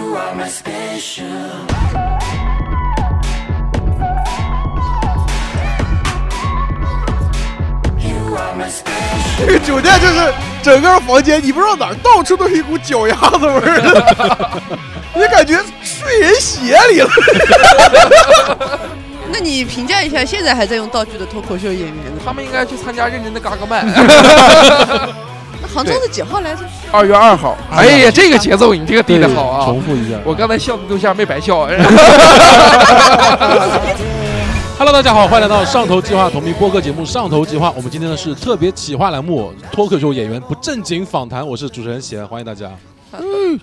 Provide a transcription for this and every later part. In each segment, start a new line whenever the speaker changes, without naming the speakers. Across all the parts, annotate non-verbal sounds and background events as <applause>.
my special. You are my special.
这个 <laughs> 酒店就是整个房间，你不知道哪儿到处都是一股脚丫子味儿， <laughs> 你感觉睡人鞋里了。
那你评价一下现在还在用道具的脱口秀演员？
他们应该去参加认真的嘎嘎麦。
那杭州是几号来着？
二月二号，哎呀，这个节奏你这个定的好啊
重！复一下。
我刚才笑的对象没白笑。啊
Hello，大家好，欢迎来到上头计划同名播客节目《上头计划》。我们今天呢是特别企划栏目《脱口秀演员不正经访谈》，我是主持人喜安，欢迎大家。
嗯，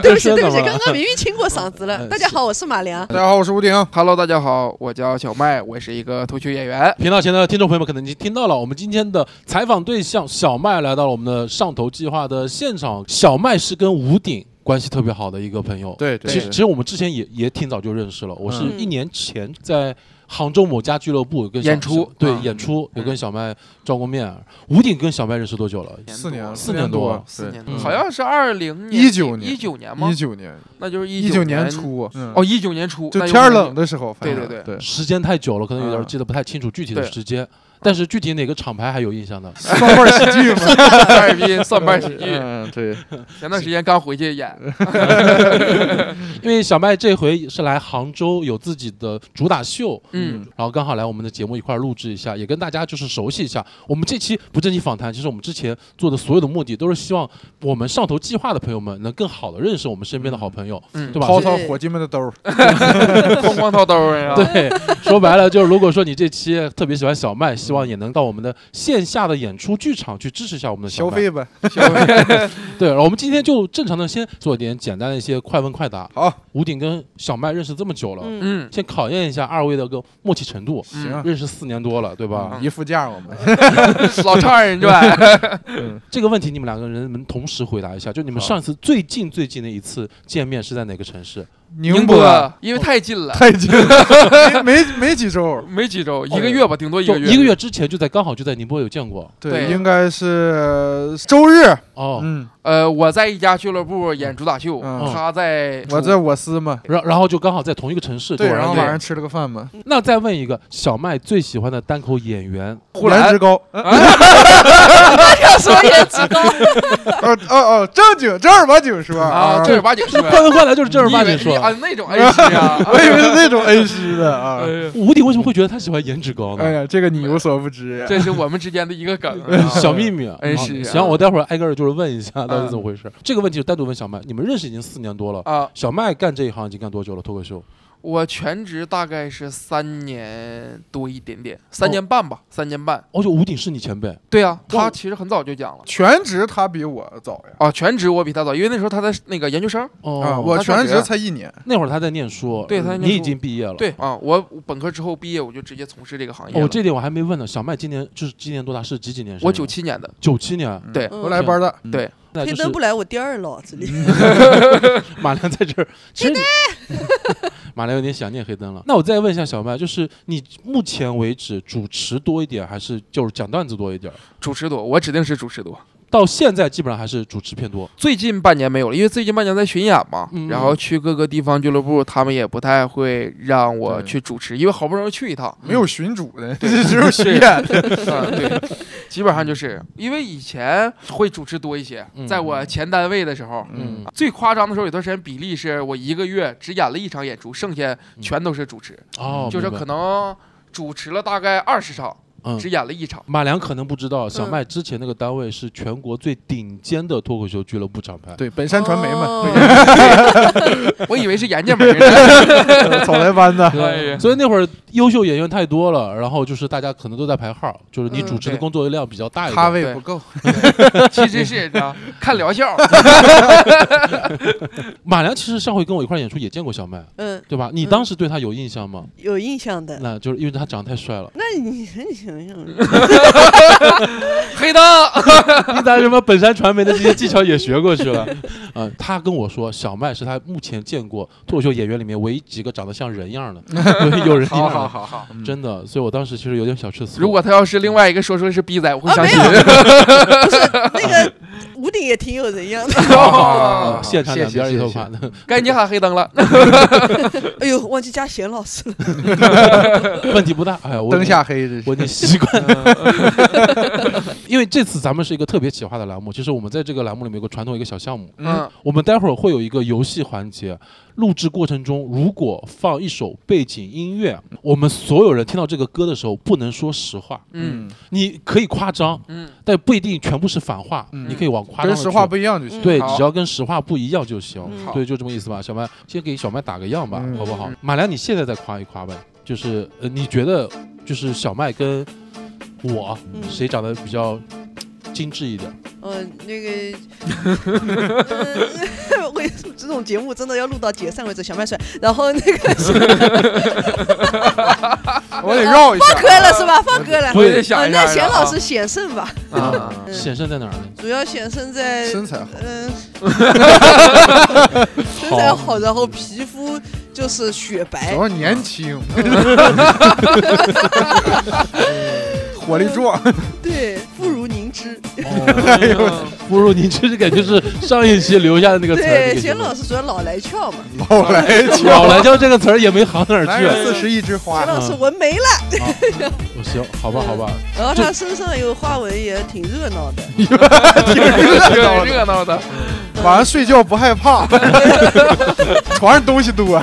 对不起，对不
真的
起，
吗
刚刚明明清过嗓子了。
嗯
大家好，我是马良。
<laughs> 大家好，我是吴婷。
Hello，大家好，我叫小麦，我是一个脱口秀演员。
频道前的听众朋友们可能已经听到了，我们今天的采访对象小麦来到了我们的上头计划的现场。小麦是跟吴鼎关系特别好的一个朋友，
对
其实其实我们之前也也挺早就认识了，我是一年前在杭州某家俱乐部跟小
演出
对、
嗯
演出有跟小麦照过面。吴鼎跟小麦认识多久了？
四年，
四年多
四年
嗯
好像是二零
19年
一九年吗
一？九年，
那就是
一
九
九年，初，嗯
哦，，一九年初，
就
那有
天儿
可能
冷的时候，反正
对对
对， <laughs>
时间太久了，可能有点
嗯
记得不太清楚具体的
对
时间，但是具体哪个厂牌还有印象呢？
双倍喜剧嘛，
哈尔滨上班喜剧，
<laughs> 嗯，对，
前段时间刚回去演，
因为小麦这回是来杭州有自己的主打秀，
嗯，
然后刚好来我们的节目一块儿录制一下，也跟大家就是熟悉一下。我们这期不正经访谈，其实我们之前做的所有的目的都是希望我们上头计划的朋友们能更好的认识我们身边的好朋友，
嗯
对吧？
掏掏伙计们的兜儿，
<laughs>
哐哐掏兜儿呀，
对， <laughs> 说白了就是，如果说你这期特别喜欢小麦，希望也能到我们的线下的演出剧场去支持一下我们的小
消
麦。
费呗。
对，然后我们今天就正常的先做点简单的一些快问快答。
好，
吴鼎跟小麦认识这么久了，
嗯，
嗯，
先考验一下二位的个默契程度。
行，
认识四年多了，对吧？
嗯
一副价我们，
<laughs> 老唱
<laughs>
二人转，嗯
这个问题你们两个人能同时回答一下，就你们上一次最近最近的一次见面是在哪个城市？
<laughs> 宁
波，因为 <laughs> 太近了，
太近了，没没没几周，
没几周，一个月吧，顶多一
就
个
一个月，之前就在刚好就在宁波有见过
对，
对
应该是周日，
哦，
嗯，
呃，我在一家俱乐部演主打秀，
嗯
他在啊
我在我司嘛，
然、然后就刚好在同一个城市，
对，
就晚
然后
上
晚
见
上吃了个饭嘛，
那再问一个，小麦最喜欢的单口
<laughs>
演员，
呼
颜
兰
值，高， <laughs>
说也知道。
哦哦哦，正经正儿八经说
啊，正儿八经
<laughs>
说，
快问快答就是正儿八
你以
经
为
说。
啊，那种 A 区啊，
<laughs>
哎
我以为是那种恩师的啊。
吴迪为什么会觉得他喜欢颜值高呢？
哎呀，这个你有所不知，
这是我们之间的一个梗啊，
小秘密啊，
哎
好
是啊嗯
行，我待会儿挨个儿就是问一下到底怎么回事。这个问题就单独问小麦，你们认识已经四年多了，
啊，
小麦干这一行已经干多久了？脱口秀
我全职大概是三年多一点点，三年半吧，三年半。
哦，就吴鼎是你前辈，
对啊，
哦哇
他其实很早就讲了
全职他比我早呀，
啊，全职我比他早，因为那时候他在那个研究生。
啊，
哦，
我
他
全
上学
职才一年，
那会儿他在念书，嗯
对他在念
你已
书
经毕业了。
对啊，我本科之后毕业我就直接从事这个行业
哦，
了。
这点我还没问呢。小麦今年就是今年多大？是几几年生日？
我九七年的，
九七年，
对
嗯
我来班的，
对
那
黑
就
灯
是
不来我第二老这里。
马良在这
<laughs>
儿。其实你 <laughs> 马良有点想念黑灯了。那我再问一下小麦，就是你目前为止主持多一点，还是就是讲段子多一点？
主持多，我指定是主持多。
到现在基本上还是主持偏多。
最近半年没有了，因为最近半年在巡演嘛，
嗯
然后去各个地方俱乐部，他们也不太会让我
对
去主持，因为好不容易去一
<laughs>
趟，啊
嗯没有巡主的， <laughs> 只有巡演。
嗯，对，基本上就是因为以前会主持多一些，
嗯
在我前单位的时候。
嗯，
最夸张的时候，有段时间比例是我一个月只演了一场演出，剩下全都是主持，
嗯哦，
就是
明白
可能主持了大概二十场，
嗯
只演了一
<laughs>
场。
马良可能不知道，小麦之前那个单位是全国最顶尖的脱口秀俱乐部厂牌。
对，本山传媒嘛，
哦
嘛。
我以为是严家门呢，
草台班子，
哎 <laughs> 呀
所以那会儿优秀演员太多了，然后就是大家可能都在排号，就是你
嗯
主持的
对
工作量比较大一点
咖。位不够。
其实是你知 <laughs> 道看疗效。
马良其实上回跟我一块儿演出也见过小麦，
<laughs> 嗯，
对吧？你
嗯
当时对他有印象吗？
有印象的。。
那就是因为他长得太帅了
那你你想想，
黑灯，
你咋什么本山传媒的这些技巧也学过去了？嗯，他跟我说，小麦是他目前见过脱口秀演员里面唯一几个长得像人样的，有有
<laughs>
人
好
样
好
的，
好好。
嗯
真的。所以我当时其实有点小吃醋。
如果他要是另外一个说出来是逼仔，我会
啊
相
没
信。
<laughs>
不是那个屋顶也挺有人样的。
哦
嗯现场
啊谢
两
谢
边一
谢
头
谢
款的。
该你喊黑灯
<laughs>
了。
哎呦，忘记加贤老师了。
<laughs> 问题不大。哎呀，我
灯下黑这是。嗯
我已经
嗯
习惯了。因为这次咱们是一个特别企划的栏目，其实我们在这个栏目里面有个传统一个小项目，
嗯，
我们待会儿会有一个游戏环节。录制过程中，如果放一首背景音乐，我们所有人听到这个歌的时候，不能说实话。
嗯
你可以夸张，
嗯，
但不一定全部是反话，
嗯
你可以往夸张
跟
的
实话
去
不一样就行。
对，
好
只要跟实话不一样就行。
嗯
对，就这么意思吧。小麦，先给小麦打个样吧，
嗯
好不好
嗯？
马良，你现在再夸一夸呗，就是呃，你觉得就是小麦跟我、
嗯
谁长得比较精致一点？
呃，那个， <laughs> 呃、我也是这种节目真的要录到解散为止，小麦帅。然后那个 <laughs>
嗯
我得绕一下。
放歌了是吧？放歌了。
对
我也想
呃，
一下
那
啊。
贤老师险胜吧，
啊，
嗯
显身在哪儿呢？
主要险胜在
身材好，
<laughs>
嗯，身材好，然后皮肤就是雪白
哎
主，要年
<laughs>
轻，嗯火力壮。
对，不如凝脂。
嗯
哦
<laughs>
哎
不如你这是感觉是上一期留下的那个词儿。
对，
你给
贤
说
老师主要老来俏嘛，
嗯
老来俏，
老来叫这个词儿也没好哪儿
男
去。
人四十一枝
贤
花。
老师纹眉了，
哦行，好吧，好吧，
然后他身上有花纹，也挺热闹的。
挺哎热闹的。
<laughs> 晚上睡觉不害怕，床上东西多。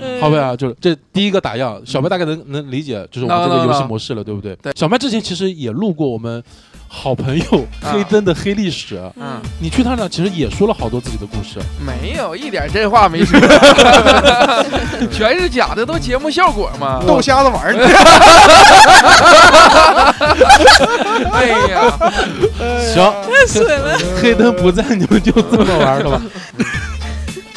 嗯
好呗啊，就是这第一个打样，小麦大概能能理解，就是我们这个游戏模式了，对不对？
对
小麦之前其实也录过我们好朋友
啊
黑灯的黑历史，啊
<laughs> 嗯，
你去他那其实也说了好多自己的故事，啊
没有一点真话没 <laughs> 说，全是假的，都节目效果嘛。
逗瞎子玩儿呢，
哎呀，
行，
太水
<laughs>
了，
黑灯不在，你们就这么玩儿
<laughs>
的吧。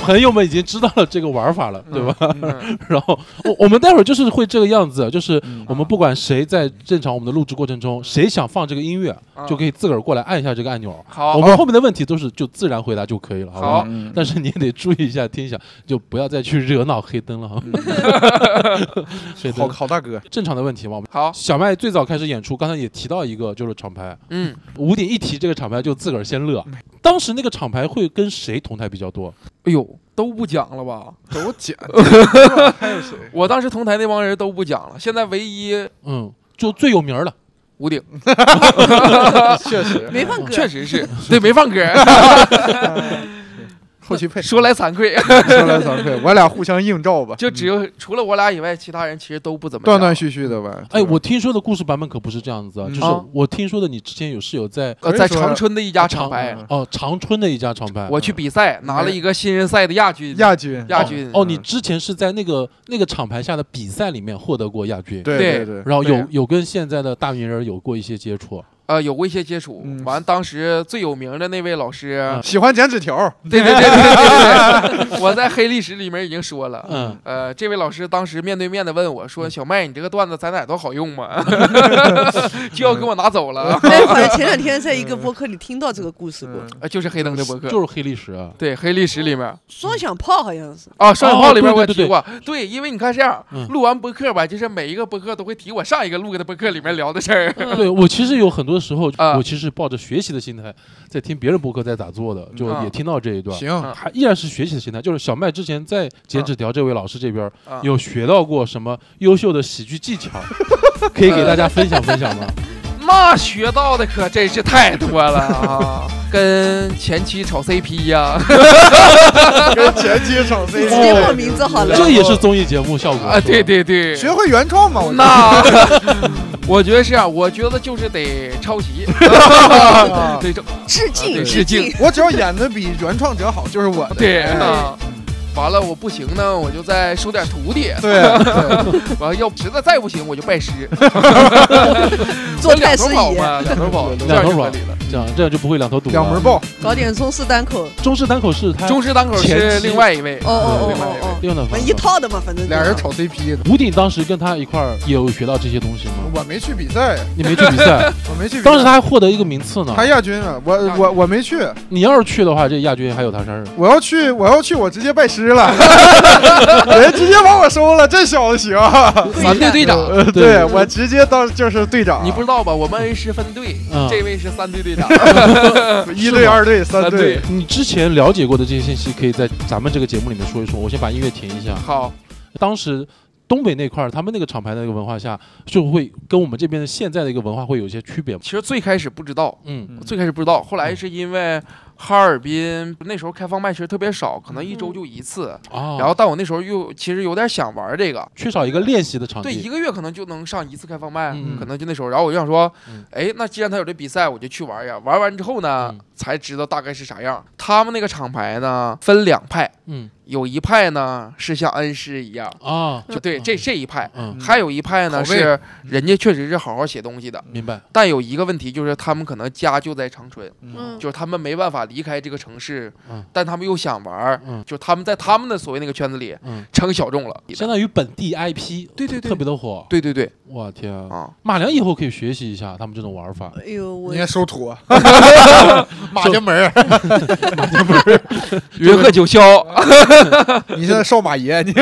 朋友们已经知道了这个玩法了，对吧？
嗯
<laughs> 然后我我们待会儿就是会这个样子，啊就是
嗯
我们不管谁在正常我们的录制过程
嗯
中，谁想放这个音乐，
啊
就可以自个儿过来按一下这个按钮。
好
我们后面的问题都是就自然回答就可以了，好不好？
好
嗯
但是你也得注意一下，听一下，就不要再去惹恼黑灯了哈。
嗯
<laughs> 黑
好
灯
好大哥，
正常的问题嘛。我们
好，
小麦最早开始演出，刚才也提到一个，就是厂牌。
嗯，
五点一提这个厂牌，就自个儿先乐。当时那个厂牌会跟谁同台比较多？
哎呦，都不讲了吧？
都假。还有谁？
我当时同台那帮人都不讲了，现在唯一
嗯，就最有名儿的。
吴鼎，
<laughs> 确
<laughs> 啊
实，
没放歌，
确实是对没放歌，
后期配。
说来惭愧， <laughs>
<laughs> 说来咱配，我俩互相映照吧，
就只有除了我俩以外，其他人其实都不怎么讲
断断续续的吧。
哎，我听说的故事版本可不是这样子啊，
嗯
就是
嗯啊
我听说的，你之前有室友在
呃
可以
在
说
长春的一家厂牌，
嗯
哦长春的一家厂牌。
我去比赛拿了一个新人赛的亚军，
亚军，
亚军嗯
哦，你之前是在那个那个厂牌下的比赛里面获得过亚军，
对
对
对，
然后有
对
有跟现在的大名人有过一些接触。
呃有过一些接触
嗯。
完，当时最有名的那位老师，
嗯
喜欢剪纸条儿，
对对对对对对，我在黑历史里面已经说了。
嗯，
呃，这位老师当时面对面的问我说：“小麦，你这个段子在哪儿都好用吗？”就要给我拿走了，
哎，好像前两天在一个播客里听到这个故事过，
呃就是黑灯的博客，
就是黑历史啊。
对黑历史里面
双响炮好像是。
啊，双响炮里面我也
对对
提过，对，因为你看这样
嗯，
录完播客吧，就是每一个播客都会提我上一个录的播客里面聊的事儿，
对我其实有很多时候，
啊
我其实抱着学习的心态在听别人博客在咋做的，就
啊
也听到这一段。
行，
还依然是学习的心态，就是小麦之前在剪纸条这位老师这边儿
啊
有学到过什么优秀的喜剧技巧，可以给大家分享分享吗？
那学到的可真是太多了 <laughs> 啊！跟前妻炒 CP 呀、
跟前期炒 C
你 <laughs> 直接报名字好了。
这也是综艺节目效果
啊， <laughs> 对，对对，
学会原创嘛，我觉得
那 <laughs> 我觉得是啊，我觉得就是得抄 <laughs> 袭，
啊
得抄
致敬，
对致敬
敬。
我只要演的比原创者好，就是我的。
对啊。完了，我不行呢，我就再收点徒弟。
对，对
完了，要实在再不行，我就拜 <laughs> 师，
做太
两
师
头跑
椅，
嘛，两头 <laughs> 跑，这
两
样
头
就
跑
合理了。
这样这样就不会两头堵了。
两门，爆，
搞点中式单口。
中式单口是他
中式单口
前
是
期
另外一位
哦，哦
对
哦哦
用的
哦，
方
反正
法
一套的嘛，反正
俩人炒 CP 的。
吴鼎当时跟他一块儿也有学到这些东西吗？
我没去比赛，
你没去比赛，
我没去比赛。
当时他还获得一个名次呢
他。亚军了，我我我没去，
你要是去的话，这亚军还有他事儿。
我要去我要去，我直接拜师。吃了，人直接把我收了，这小子行。
哦
反队队长，
呃对我直接当就是队长，
你不知道吧？我们 A 师分队
嗯，
这位是三队队
<laughs>
长，
一队、二队、三
三队
队，
你之前了解过的这些信息，可以在咱们这个节目里面说一说。我先把音乐停一下。
好，
当时东北那块儿，他们那个厂牌的那个文化下，就会跟我们这边的现在的一个文化会有一些区别嘛。
其实最开始不知道，
嗯
最开始不知道，后来是因为哈尔滨那时候开放麦其实特别少，可能一
嗯
周就一次。
啊，
嗯然后，但我那时候又其实有点想玩这个，
缺少一个练习的场
对，一
地。
个月可能就能上一次开放麦，
嗯
可能就那时候。然后我就想说
嗯，
哎，那既然他有这比赛，我就去玩一下。玩完之后呢
嗯，
才知道大概是啥样。他们那个厂牌呢，分两派，
嗯
有一派呢是像恩师一样，
啊，
就对这这一派。
嗯，
还有一派呢
拷贝
是人家确实是好好写东西的，
明白。
但有一个问题就是他们可能家就在长春，
嗯，
就是他们没办法离开这个城市，
嗯
但他们又想玩儿，
嗯
就他们在他们的所谓那个圈子里
嗯，
成小众了。
相当于本地 IP，
对对对
特别的火。
对对对
我天啊，
啊，
马良以后可以学习一下他们这种玩法。
哎呦我
应该收徒，马家门儿，
云鹤九
哎
霄，啊
你现在少马爷，你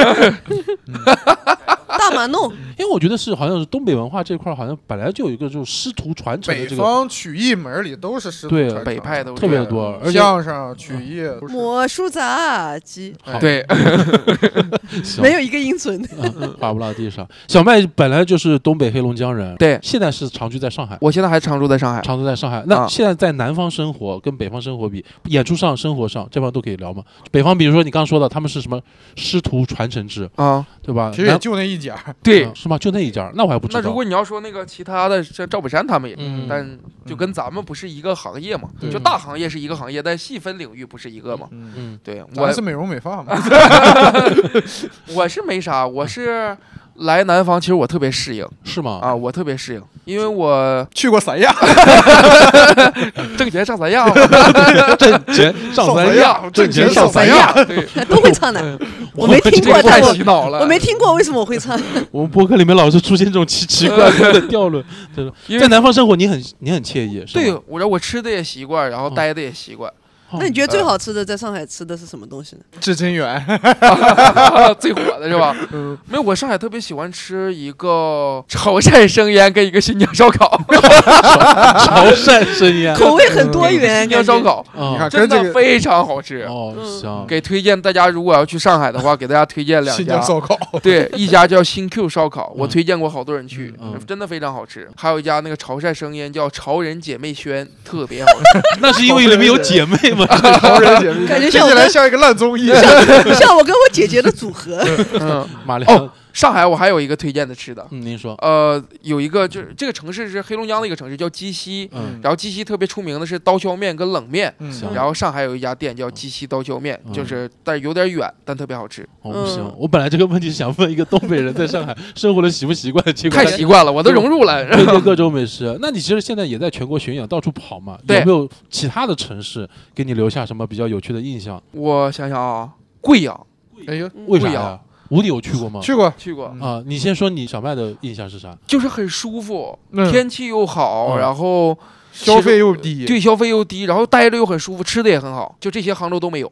大马弄，
因为我觉得是好像是东北文化这块儿，好像本来就有一个这种师徒传承的
北
这个
方曲艺门里都是师徒
对
传承
北派都
特别多，而且
相声、曲艺，不是
魔术杂技，
好
对， <laughs>
行
没有一个音准。
嗯 <laughs> 垮不落地上。小麦本来就是东北黑龙江人，
对
现在是常居在上海，
我现在还常住在上海。
常住在上海。那
啊
现在在南方生活跟北方生活比，演出上、生活上这方都可以聊吗？北方，比如说你刚刚说的，他们是什么师徒传承制，
啊，
对吧？
其实也
南
就那一家。
对
嗯。是吗？就那一家，那我还不知道。
那如果你要说那个其他的，像赵本山他们也，
嗯
但就跟咱们不是一个行业嘛，
对
就大行业是一个行业，但细分领域不是一个嘛。
嗯，
嗯
对
咱
我
是美容美发嘛，
<laughs> 我是没啥，我是来南方，其实我特别适应
是吗？
啊，我特别适应，因为我
去过三亚，
挣钱上三亚嘛，
挣钱上三
啊
亚，挣钱上三亚，
对，
<laughs> 都会唱的，我没听
这
过
个
但
太
我
洗脑了，
我没听过，为什么我会
<laughs>
唱？
嗯
我们播客里面老是出现这种奇奇怪怪的调论，真
因
的。
为
在南方生活，你很你很惬意，是哦
对哦
吧？，
我这我吃的也习惯，然后
嗯
待的也习惯， <laughs>
那你觉得最好吃的在上海吃的是什么东西呢？
至真园。
最火的是吧？没有，我上海特别喜欢吃一个潮汕生腌跟一个新疆烧烤，
潮汕生啊
<laughs>
腌
口味很多元，
新疆嗯烧
感觉
烤
啊
你看
真
跟这
的
个
非常好吃。
哦，行，
给推荐大家，如果要去上海的话，给大家推荐两
新
家
疆，烧烤，
<laughs> 对，一家叫新 Q 烧烤，我
嗯
推荐过好多人去
嗯嗯，
真的非常好吃。还有一家那个潮汕生腌叫潮人姐妹轩，特别好
<laughs>
吃。
那是因为里面有姐妹嘛，
<laughs>
潮人姐妹，
感觉
听
像
起
我
来
跟
像一个烂综艺。
像我跟我姐姐的组合，
嗯，
<laughs> 马良
哦，上海我还有一个推荐的吃的，
嗯，您说，
呃，有一个就是这个城市是黑龙江的一个城市叫鸡西，
嗯，
然后鸡西特别出名的是刀削面跟冷面，
嗯
行
然后上海有一家店叫鸡西刀削面，
嗯
就是但是有点远，但特别好吃，
我不行
嗯，
我本来这个问题是想问一个东北人在上海生活的习不习惯，结果
太
<laughs>
习惯了，我都融入了。
推荐各种美食。那你其实现在也在全国巡演，到处跑嘛，有
对
没有其他的城市给你留下什么比较有趣的印象？
<laughs> 我想想啊，贵阳
哎呦，
为啥
贵
呀
阳？
吴迪有去过吗？
去过，
去过，
嗯
啊，你先说你小麦的印象是 <laughs> 啥？
就是很舒服，
嗯
天气又好，
嗯
然后
消费又低，
对消费又低，然后待着又很舒服，吃的也很好，就这些杭州都没有。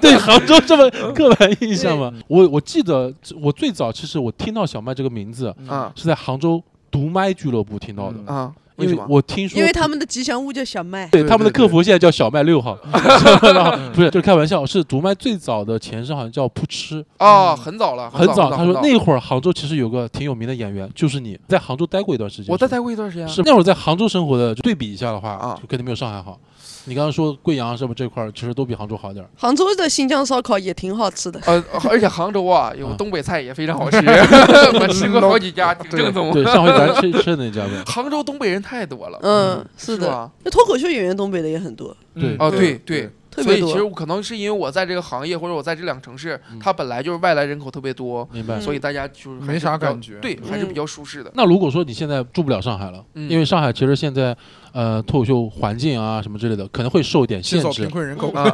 对杭州这么刻板印象吗？我我记得我最早其实我听到小麦这个名字
啊
是在杭州独麦俱乐部听到的，
嗯
啊，
因
为什
为
么？
我听
<laughs>
说
因为他们的吉祥物叫小麦，
对
对
他们的
对对
客服现在叫小麦六号，然后不是就是开玩笑，是独麦最早的前身好像叫扑哧，
啊，很早了，
很
早，
早他
很
说那会儿杭州其实有个挺有名的演员，就是你在杭州待过一段时间，
我在
是吗
待过一段时间啊，
是那会儿在杭州生活的，就对比一下的话，
啊
就肯定没有上海好。你刚刚说贵阳啊什么这块儿，其实都比杭州好点儿。
杭州的新疆烧烤也挺好吃的。
呃， <laughs> 而且杭州啊，有
啊
东北菜也非常
<laughs>
好吃，我吃过好几家，挺正宗。
嗯对，上回咱吃吃的那家呗。
杭州东北人太多了，
嗯，是的，
吧？
那脱口秀演员东北的也很多，
对
哦，对
嗯对
对，
特
所
别
以其实
多。
我可能是因为我在这个行业或者我在这两个城市
嗯，
它本来就是外来人口特别多，
明白。
所以大家就是还
没
是
啥
比较
感觉
对，还是比较舒适的。
<laughs> 那如果说你现在住不了上海了，
嗯
因为上海其实现在呃脱口秀环境啊什么之类的可能会受点
制嗯
限
造贫
制，
困人口，
啊，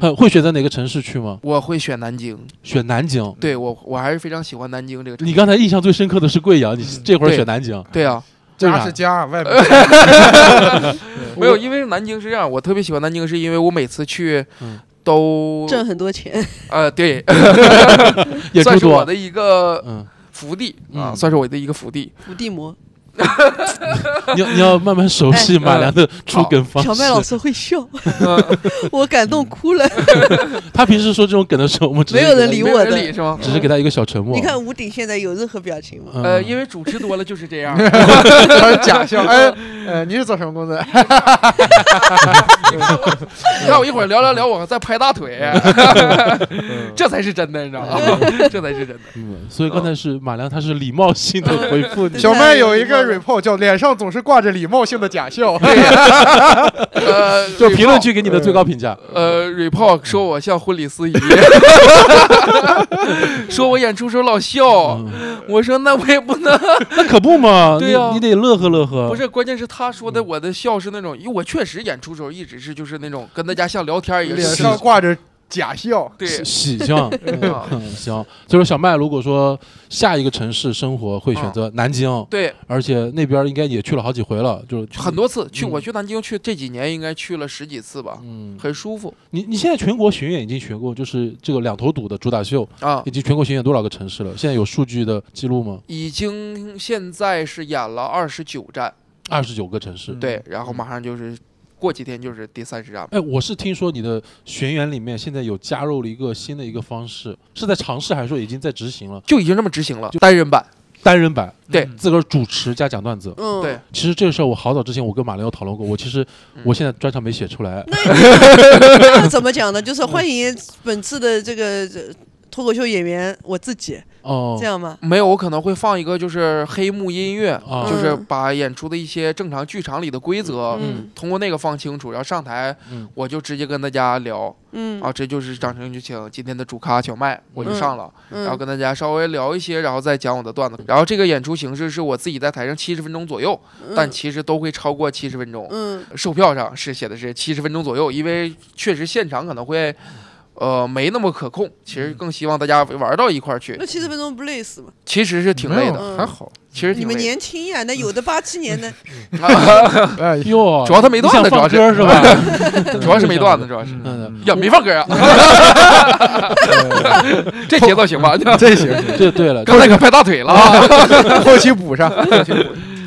呃会选择哪个城市去吗？
我会选南京，
选南京。
对我我还是非常喜欢南京这个城市。
你刚才印象最深刻的是贵阳，你这会儿
嗯对
选南京，
对啊，
为
家
啥
是？家，外边
嗯没有，因为南京是这样，我特别喜欢南京，是因为我每次去
嗯
都
挣很多钱，
呃对，<laughs>
也
算
住
是我
多，
的一个
嗯，
福地 <laughs>
嗯
啊，算是我的一个福地。
伏地魔。
你要你要慢慢熟悉
哎
马良
嗯
的出梗方
小麦老
式。
师
<laughs>
会笑， <laughs> 我感动
嗯
哭了，
他平时说这种梗的时候，我们只是
没有人理
没
我
有
的
人理是吗？
只是给他一个小沉默。
你看吴鼎现在有任何表情吗？
嗯，
呃，因为主持多了就是这
<laughs>
样。
全是假笑。 <laughs> 哎，呃，你是做什么工作？
你看我一会儿聊聊聊，我在拍大
<laughs>
腿，这才是真的，你知道吗？这才是
<laughs>
真的。
嗯所以刚才是马良，他是礼貌性的
嗯
回
<laughs>
复你。
小麦有一个 report 叫“脸上总是挂着礼貌性的假笑 <laughs>
呃，
就评论区嗯给你的最高评价。
呃，report 说我像婚礼司仪， <laughs> 说我演出时候老笑。
嗯
我说那我也不能，
那可不嘛，
哦对
你
呀
你得乐呵乐
嗯
呵。
不，是，关键是他说的我的笑是那种，因为我确实演出时候一直是就是那种跟大家像聊天”，一样，
脸上挂着假笑。
对，<laughs>
喜庆，
啊
嗯行。所以说，小麦如果说下一个城市生活会
嗯
选择南京，
对，
而且那边应该也去了好几回了，就是
很。多次去，
嗯
我去南京去这几年应该去了十几次吧，
嗯，
很舒服
你你现在全国巡演已经巡过，就是这个两头堵的主打秀，
啊
以。及全国巡演多少个城市了？现在有数据的记录吗？
已经现在是演了二十九站，
二十九个城
嗯
市。
对，然后马上就是过几天就是第三十站了。
哎，我是听说你的巡演里面现在有加入了一个新的一个方式，是在尝试还是说已经在执行了？
就已经这么执行了，
就
单人版。
单人版，哎
对
嗯
自个儿主持加讲段子。
嗯，
对，
其实这个事儿我好早之前我跟马良有讨论过，我其实
嗯
我现在专场没写出来，
那怎么讲呢？
嗯
就是欢迎本次的这个这脱口秀演员我自己，
哦、
这样吗？
没有，我可能会放一个就是黑幕音乐，
啊
就是把演出的一些正常剧场里的规则，
嗯
通过那个放清楚，然后上台
嗯
我就直接跟大家聊、
嗯
啊，这就是掌声就请今天的主咖小麦，我就上了，
嗯
然后跟大家稍微聊一些，然后再讲我的段子。然后这个演出形式是我自己在台上七十分钟左右，但其实都会超过七十分钟。
嗯
售票上是写的是七十分钟左右，因为确实现场可能会。呃，没那么可控，其
嗯
实更希望大家玩到一块儿去。
那七十分钟不累死吗？
其实是挺
没
累
有
的，
嗯
还好。
其实
你
挺
们
累啊
年轻呀，那有的八七
<laughs>
年的，
哎，
哟，
主要他没
你
段
想
子主
放
要是
歌是吧？
的， <laughs> <laughs> 主要是没段子，主要是
嗯，
呀没放歌啊， <laughs> 这节奏行吧？
这行，
嗯这 <laughs> 嗯对
<laughs>
了，
刚才可拍大腿了啊！
后期补上。
<laughs>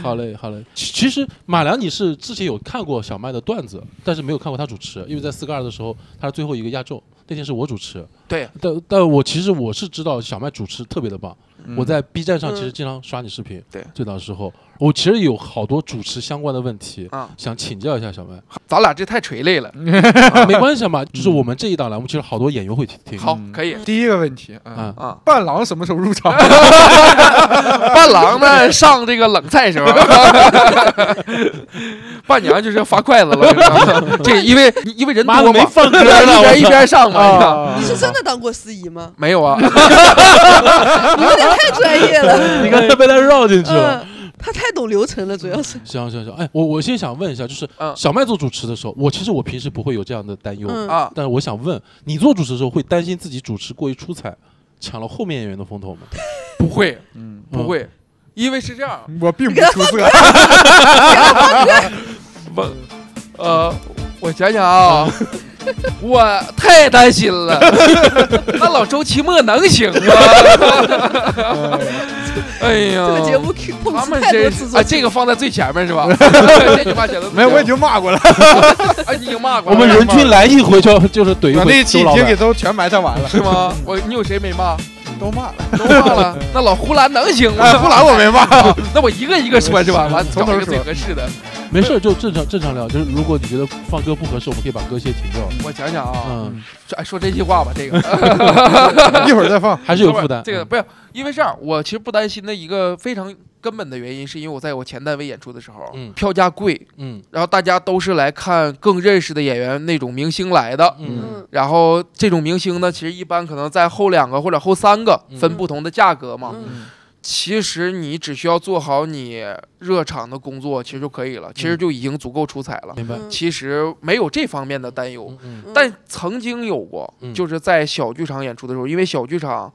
好嘞好嘞。其其实马良你是之前有看过小麦的段子，但是没有看过他主持，因为在四个二的时候他是最后一个压轴，那天是我主持。
对，
但但我其实我是知道小麦主持特别的棒，我在 B 站上其实
嗯
经常刷你视频。
对
最早时候我其实有好多主持相关的问题
啊，
想请教一下小麦。
咱俩这太垂泪了。
啊没关系嘛，就是我们这一档栏目，其实好多演员会听。
好，
嗯
可以 <laughs>
第一个问题啊，
啊，
啊。
伴郎什么时候入场？ <laughs>
伴郎呢上这个冷菜时候， <laughs> 伴娘就是发筷子了你知道
<laughs>
吗，这因为因为人
妈的
多
没
嘛，
放歌
一
了，
边一
我操啊
边上嘛。你看
你是真的当过司仪吗？ <laughs>
没有啊，
你有点太专业
<laughs>
了。
哎
你刚才被他绕进去了。
嗯，他太懂流程了，主要是。
行行行，哎，我我先想问一下，就是
嗯
小麦做主持的时候，我其实我平时不会有这样的担忧，
嗯
啊，
但是我想问，你做主持的时候会担心自己主持过于出彩，抢了后面演员的风头吗？
不会
嗯，
不会，因为是这样，
我并不出色。
呃，我想想
<laughs>
啊，我太担心了，那老周期末能行吗？哎呀，
这个节目 Q 碰
他
瓷
们
太多
真
次
是
做
啊，这个放在最前面是
<laughs>
吧？这句话写的
<laughs> 没有，我已经骂过了，
啊，你已经骂过
我
了
们人均来一回就就是怼一
我
回
那一
周
期已
老
经给
板。
都全埋汰完了，
是吗？我你有谁没骂？
都骂了。
都骂
<laughs>
了，那老呼兰能行吗？
哎，不拦我没骂。嗯
啊，那我一个一个说是吧？完，
从
找
头
一个最
说
合适的。
没事，就正常正常聊。就是如果你觉得放歌不合适，我们可以把歌先停掉。
我想想啊，
嗯，
说哎说这句话吧，这个
<laughs> 一会儿再放。
还是有负担。嗯
这个不要，因为这样，我其实不担心的一个非常根本的原因，是因为我在我前单位演出的时候，
嗯
票价贵，
嗯
然后大家都是来看更认识的演员那种明星来的。
嗯
嗯
然后这种明星呢，其实一般可能在后两个或者后三个分
嗯
不同的价格嘛。
嗯
其实你只需要做好你热场的工作，其实就可以了，其
嗯
实就已经足够出彩了。
明白。
嗯
其实没有这方面的担忧，
嗯嗯
但曾经有过
嗯，
就是在小剧场演出的时候，因为小剧场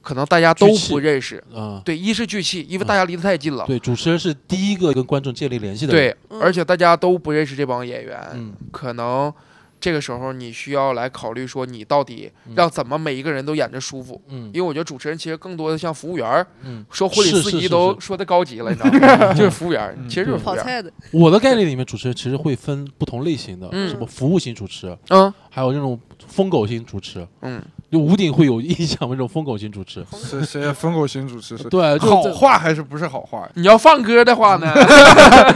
可能大家都
聚气
不认识，
啊，
对，一是聚气，因为
嗯
大家离得太近了，
对，主持人是第
嗯
一个跟观众建立联系的人。
对，而且大家都不认识这帮演员，
嗯，
可能这个时候你需要来考虑说，你到底让怎么每一个人都演着舒服。
嗯
因为我觉得主持人其实更多的像服务员儿，
嗯，
说婚礼
是
司
是
仪
是
都
是
说的高级了，你知道
<laughs>
吗？就是服务员儿，
嗯
其实就是服务
跑
员儿。
菜的，
我的概念里面，主持人其实会分不同类型的，
嗯
什么服务型主持，
嗯
还有那种疯狗型主持。
嗯，
就吴鼎会有 <laughs> 印象吗？这种疯狗型主持，
谁谁疯狗型主持是
对，就
好
在
话还是不是好话呀？
你要放歌的话
<laughs>
呢，
嗯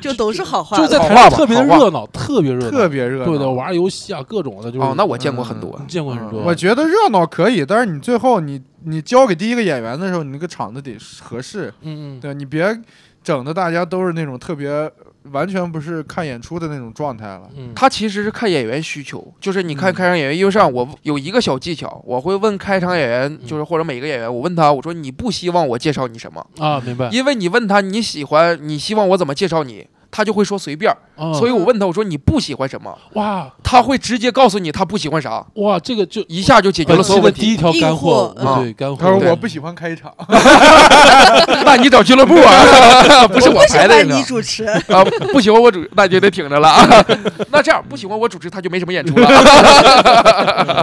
就都是好话
就
了。
在台
好话
上
吧
特别
好话
热闹，特别热闹，
特别热闹。
对的，玩游戏啊，各种的，就是
哦，那我嗯见过很多
你。见过很多，
嗯我觉得热闹可以，但是你最后你你交给第一个演员的时候，你那个场子得合适，
嗯嗯，
对你别整的大家都是那种特别完全不是看演出的那种状态了。
嗯，
他其实是看演员需求，就是你看
嗯
开场演员，因为上我有一个小技巧，我会问开场演员，就是或者每个演员，我问他，我说你不希望我介绍你什么？
啊，明白，
因为你问他你喜欢，你希望我怎么介绍你，他就会说随便儿。所
以
以我问他，我说你不喜欢什么，
嗯哇
他会直接告诉你他不喜欢啥，
哇，这个就
一下就解决了
本
所
期
有
的
问题。
第
嗯
一条干货，啊
硬货
对干
他说
货，
对
我不喜欢开场，
那你找俱乐部啊， <laughs> 不是
我
我
不喜
排的
欢
呢
你主持，
啊，不喜欢我主，那就得挺着了 <laughs> 啊。那这样不喜欢我主持，他就没什么演出了。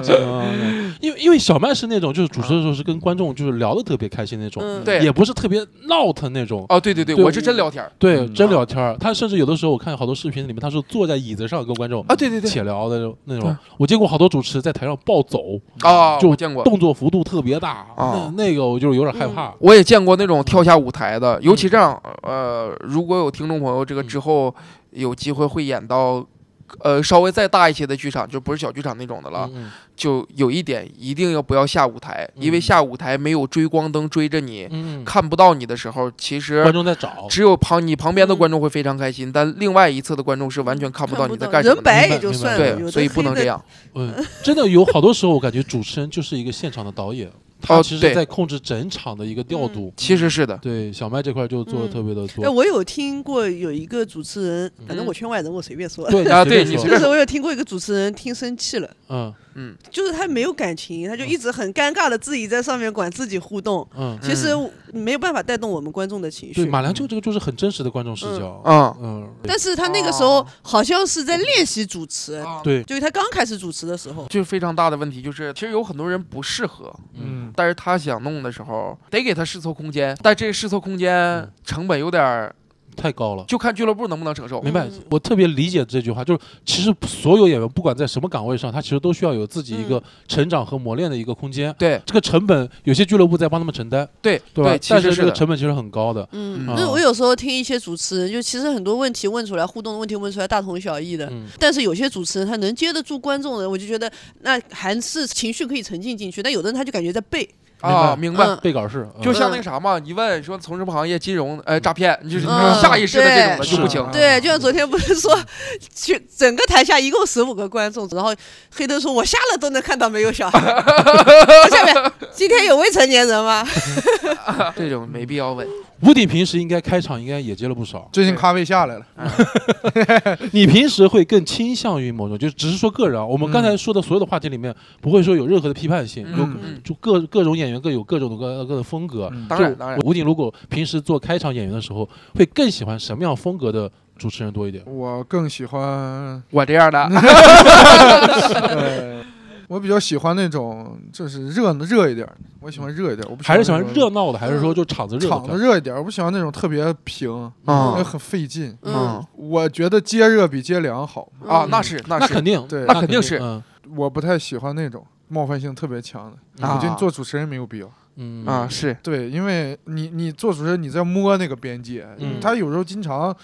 嗯因为因为小曼是那种就是主持的时候是跟观众就是聊的特别开心那种，
嗯，
对
也不是特别闹腾那种。
哦，对对对，
对
我是真聊天儿。
对，
嗯
真聊天儿。他甚至有的时候，我看好多视频里面，他是坐在椅子上跟观众
啊，对对对，
且聊的那种那
对
种。我见过好多主持在台上暴走，
啊，
就
我见过。
动作幅度特别大，那
啊嗯
那个我就是有点害怕。
我也见过那种跳下舞台的，
嗯
尤其这样，呃，如果有听众朋友这个之后有机会会演到，呃，稍微再大一些的剧场，就不是小剧场那种的了，
嗯
就有一点一定要不要下舞台，因为
嗯
下舞台没有追光灯追着你，
嗯，嗯
看不到你的时候，其
观
实
众在找，
只有旁你旁边
嗯
的观众会非常开心，但另外一侧的观众是完全看不到你在干什么的。
人白
明白
也就
明白
算了，有
对，
的
所以不能
黑
这
的
样。
嗯，真的有好多时候，我感觉主持人就是一个现场的导演，他
哦
其实
对嗯
在控制整场的一个调度。
其实嗯是的，
对小麦这块就做的特别的
哎，
多。
我有听过有一个主持人，反
嗯
正我圈外人，我随便 <laughs> 说。
对
啊
随
对
便
你
说
随
就
便
是我有听过一个主持人听生气了，
嗯
嗯，
就是他没有感情，他就一直很尴尬的自己在上面管自己互动，
嗯，
其实没有办法带动我们观众的情
对，
绪。
马良就这个就是很真实的观众视角。
嗯，
嗯，
但是他那个时候
哦
好像是在练习主持，
对，
就是他刚开始主持的时候，
就是非常大的问题，就是其实有很多人不适合，
嗯，
但是他想弄的时候，得给他试错空间，但这个试错空间
嗯
成本有点儿，
太高了。
就看俱乐部能不能承受
明。白
嗯，
我特别理解这句话，就是其实所有演员不管在什么岗位上，他其实都需要有自己一个
嗯
成长和磨练的一个空间。
对
这个成本有些俱乐部在帮他们承担，
对
对吧？
其
但
实
是
是
这个
的。
成本其实很高的。
嗯，
嗯
就是我有时候听一些主持人，就其实很多问题问出来，互动的问题问出来大同小异的，
嗯
但是有些主持人他能接得住观众的，我就觉得那还是情绪可以沉浸进去，但有的人他就感觉在背，
啊，
明
明白。
嗯
背稿是，
就
嗯
像那个啥嘛，一问说从什么行业，金融，呃，诈骗，就是
嗯
下意识的这种的
对
就不行
是。。
对，就像昨天不是说，去整个台下一共十五个观众，然后黑灯说我瞎了都能看到没有小孩。我下面今天有未成年人吗？
这种没必要问。
吴鼎平时应该开场应该也接了不少
<laughs> 最近咖位下来了，
你平时会更倾向于某种，就只是说个人啊。我们刚才说的所有的话题里面，不会说有任何的批判性，有
嗯嗯
就各各种演员各有各种的呃各各的风格。
嗯
当然当然
就吴鼎如果平时做开场演员的时候，会更喜欢什么样风格的主持人多一点？
我更喜欢
我这样的，
呃，我比较喜欢那种就是热热一点儿，我喜欢热一点儿，我不
还是喜
欢
欢
那种
热闹的，还是说就场子热
场子
的？
热一点儿，我不喜欢那种特别平，
啊
因为
嗯
很费劲。
嗯
我觉得接热比接凉好，
啊，那是那
那
是
肯定，
对
那
那肯定是
嗯
我不太喜欢那种冒犯性特别强的。
啊
我觉得你做主持人没有必要。
嗯
啊，是
对，因为你你做主持人，你在摸那个边界，
嗯
他有时候经常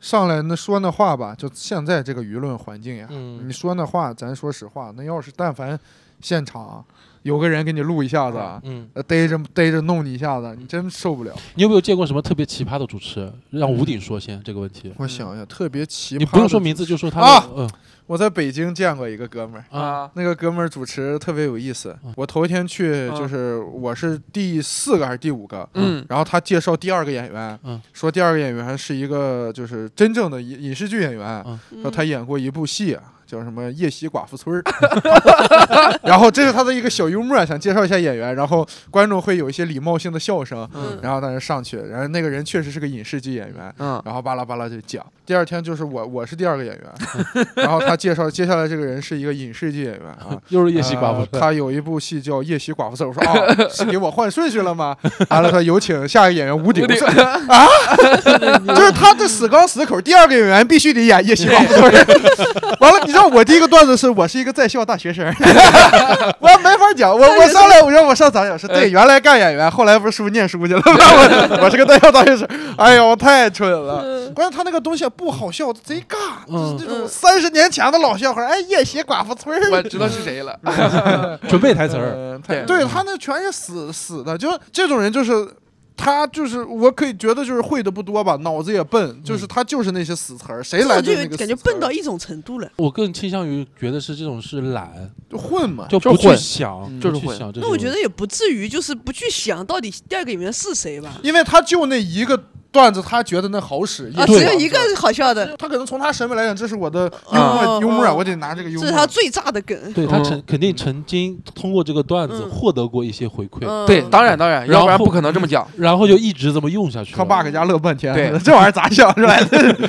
上来那说那话吧，就现在这个舆论环境呀，
嗯
你说那话，咱说实话，那要是但凡现场有个人给你录一下子，
嗯，
呃逮着逮着弄你一下子，你真受不了。
你有没有见过什么特别奇葩的主持人？让吴鼎说先这个问题。
我想一下，特别奇葩。
你不用说名，字，就说他的
啊
嗯
我在北京见过一个哥们儿。
啊，
啊，
那个哥们儿主持特别有意思
嗯。
我头一天去，
嗯
就是我是第四个还是第五个？
嗯
然后他介绍第二个演员
嗯，
说第二个演员是一个就是真正的影影视剧演员
嗯，。
说他演过一部戏。啊叫什么夜袭寡妇村儿，
<laughs>
<laughs> 然后这是他的一个小幽默，啊想介绍一下演员，然后观众会有一些礼貌性的笑声，
嗯
然后但是上去，然后那个人确实是个影视剧演员，
嗯
然后巴拉巴拉就讲。第二天就是我，我是第二个演员，然后他介绍， <laughs> 接下来这个人是一个影视界演员啊
又是夜袭寡妇
呃他有一部戏叫《夜袭寡妇》，我说
<laughs>
啊，是给我换顺序了吗？完了，他有请下一个演员吴鼎，我说
<laughs>
啊，就是他这死刚死口，第二个演员必须得演夜袭
<laughs>
寡妇。完了，你知道我第一个段子是我是一个在校大
<laughs>
学生，我没法讲，我我上来我让我上咱俩说，对，原来干演员，后来不是叔念书去了吗？ <laughs> 我我是个在校大学生，哎呦，太蠢了。关键他那个东西不好笑，贼尬，就是
嗯
那种三十年前的老笑话。哎，夜袭寡妇村
我
儿，
知道是谁了。
准备台词儿，
呃
对
对他那全是死死的，就这种人就是。他就是，我可以觉得就是会的不多吧，脑子也笨，就是
嗯
他就是那些死词儿，谁
这
来
种
就
就
那个
感
死
觉
词儿
笨到一种程度了。
我更倾向于觉得是这种是懒，
啊就混嘛，
就
就
不去
混
想，
就是
不去
混
想这
那
种。
我觉得也不至于，就是不去想到底第二个演员是谁吧？
因为他就那一个段子，他觉得那好使，
啊，
一个
只有
段
一
子
个好笑的，
他可能从他审美来讲，这是我的幽
啊
默，幽默，我得拿这个幽
这
默。啊
是他最炸的梗。
对他
嗯
曾肯定曾经通过这个段子
嗯
获得过一些回馈，
嗯
对，当然当然，要不然
然后
不可能这么讲。
然后就一直这么用下去了。
他爸搁家乐半天，
对
<laughs> 这玩意儿咋想是吧？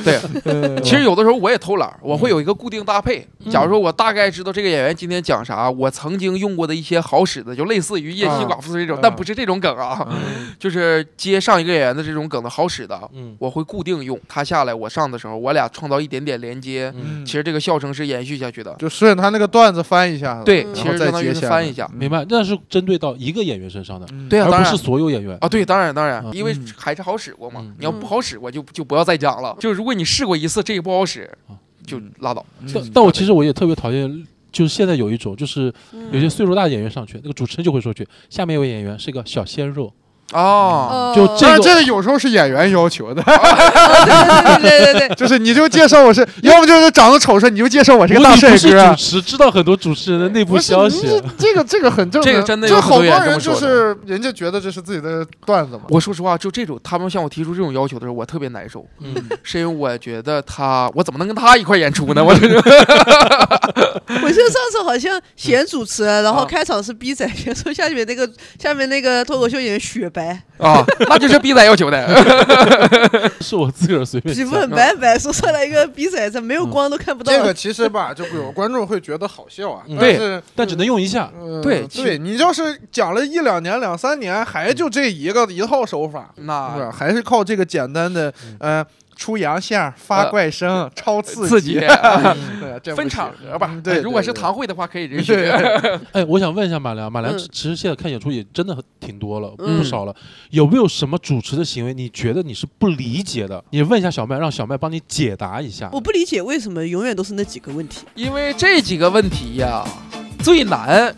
对，
呃
嗯
其实有的时候我也偷懒儿，我会有一个固定搭配。假如说我大概知道这个演员今天讲啥，我曾经用过的一些好使的，就类似于夜
啊
袭寡妇这种
嗯，
但不是这种梗啊， <laughs> 就是接上一个演员的这种梗的好使的，
嗯
我会固定用。他下来我上的时候，我俩创造一点点连接，
嗯，
其实这个笑声是延续下去的。
就顺着他那个段子翻一下子，
对，
嗯
其
然
实
后再
相当于
接
是
下嗯
翻一下。
明白，那是针对到一个演员身上的，
对啊，
而
当
不
然
是所有演员。
啊，对，当然当然
嗯，
因为
嗯
还是好使过嘛
嗯。
你要不好使，我就就不要再讲了。就如果你试过一次，这个不好使
啊，
就拉倒。
但
嗯
但我其实我也特别讨厌，就是现在有一种，就是
嗯
有些岁数大的演员上去，那个主持人就会说句：“下面一位演员是个小鲜肉。
哦，
哦
就这
但是
个
这个有时候是演员要求的，
对对对对对，
就是你就介绍我是，要不就是长得丑帅，你就介绍我”是个
无
大
敌
帅
不是
哥
主。持，知道很多主持人的内部
不是
消
你
息。啊
这这个这个很正常，
这个真的有
就
很多
好多
演员这
人
么
就
说的
是人家觉得这是自己的段子嘛。
我说实话，就这种他们向我提出这种要求的时候，我特别难受，
嗯，
是因为我觉得他，我怎么能跟他一块演出呢？我这就 <laughs>
我记得上次好像选主持人，然后
啊
开场是逼仔选出下面那个 <laughs> 下面那个脱口秀演员雪白，
啊，那就是逼仔要求的。 <laughs>
是我自个儿随便
皮
讲。
肤很白白，说上来一个逼仔，这没有光都看不到。
这个其实吧，就有观众会觉得好笑啊，
嗯
但是
但只能用一下。
呃
对其
对，你要是讲了一两年、两三年，还就这一个一套手法，
嗯
是啊吧
那
还是靠这个简单的呃出洋相、发
呃
怪声、超
刺
刺
激
激，对这不
分
行
场合吧哎
嗯。对，
如果
对
是
对
堂会的话，可以
<laughs>
允许。
对，
哎，我想问一下马良，马良
嗯
其实现在看演出也真的很挺多了，
嗯
不少了。有没有什么主持的行为，你觉得你是不理解的？你问一下小麦，让小麦帮你解答一下
我。不理解为什么永远都是那几个问题。
因为这几个问题呀，最
<laughs>
难，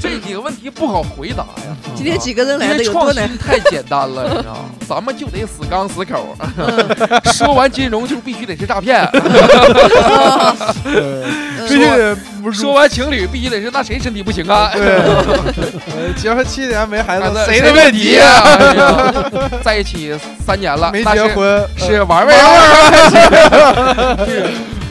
这几个问题不好回答呀。
今天几个人来
因
的
为
有
创
多难？
新太简单了，你知道吗？咱们就得死刚死口。
嗯
<laughs> 说完金融就必须得是诈骗，
<laughs> 嗯
最近不是
说完情侣必须得是那谁身体不行啊？
对，呃结婚七年没孩
孩
子
子，
的
的
问
题
啊？
呀？哎呀 <laughs> 在一起三年了，
没
那
结
是
婚，
是玩玩玩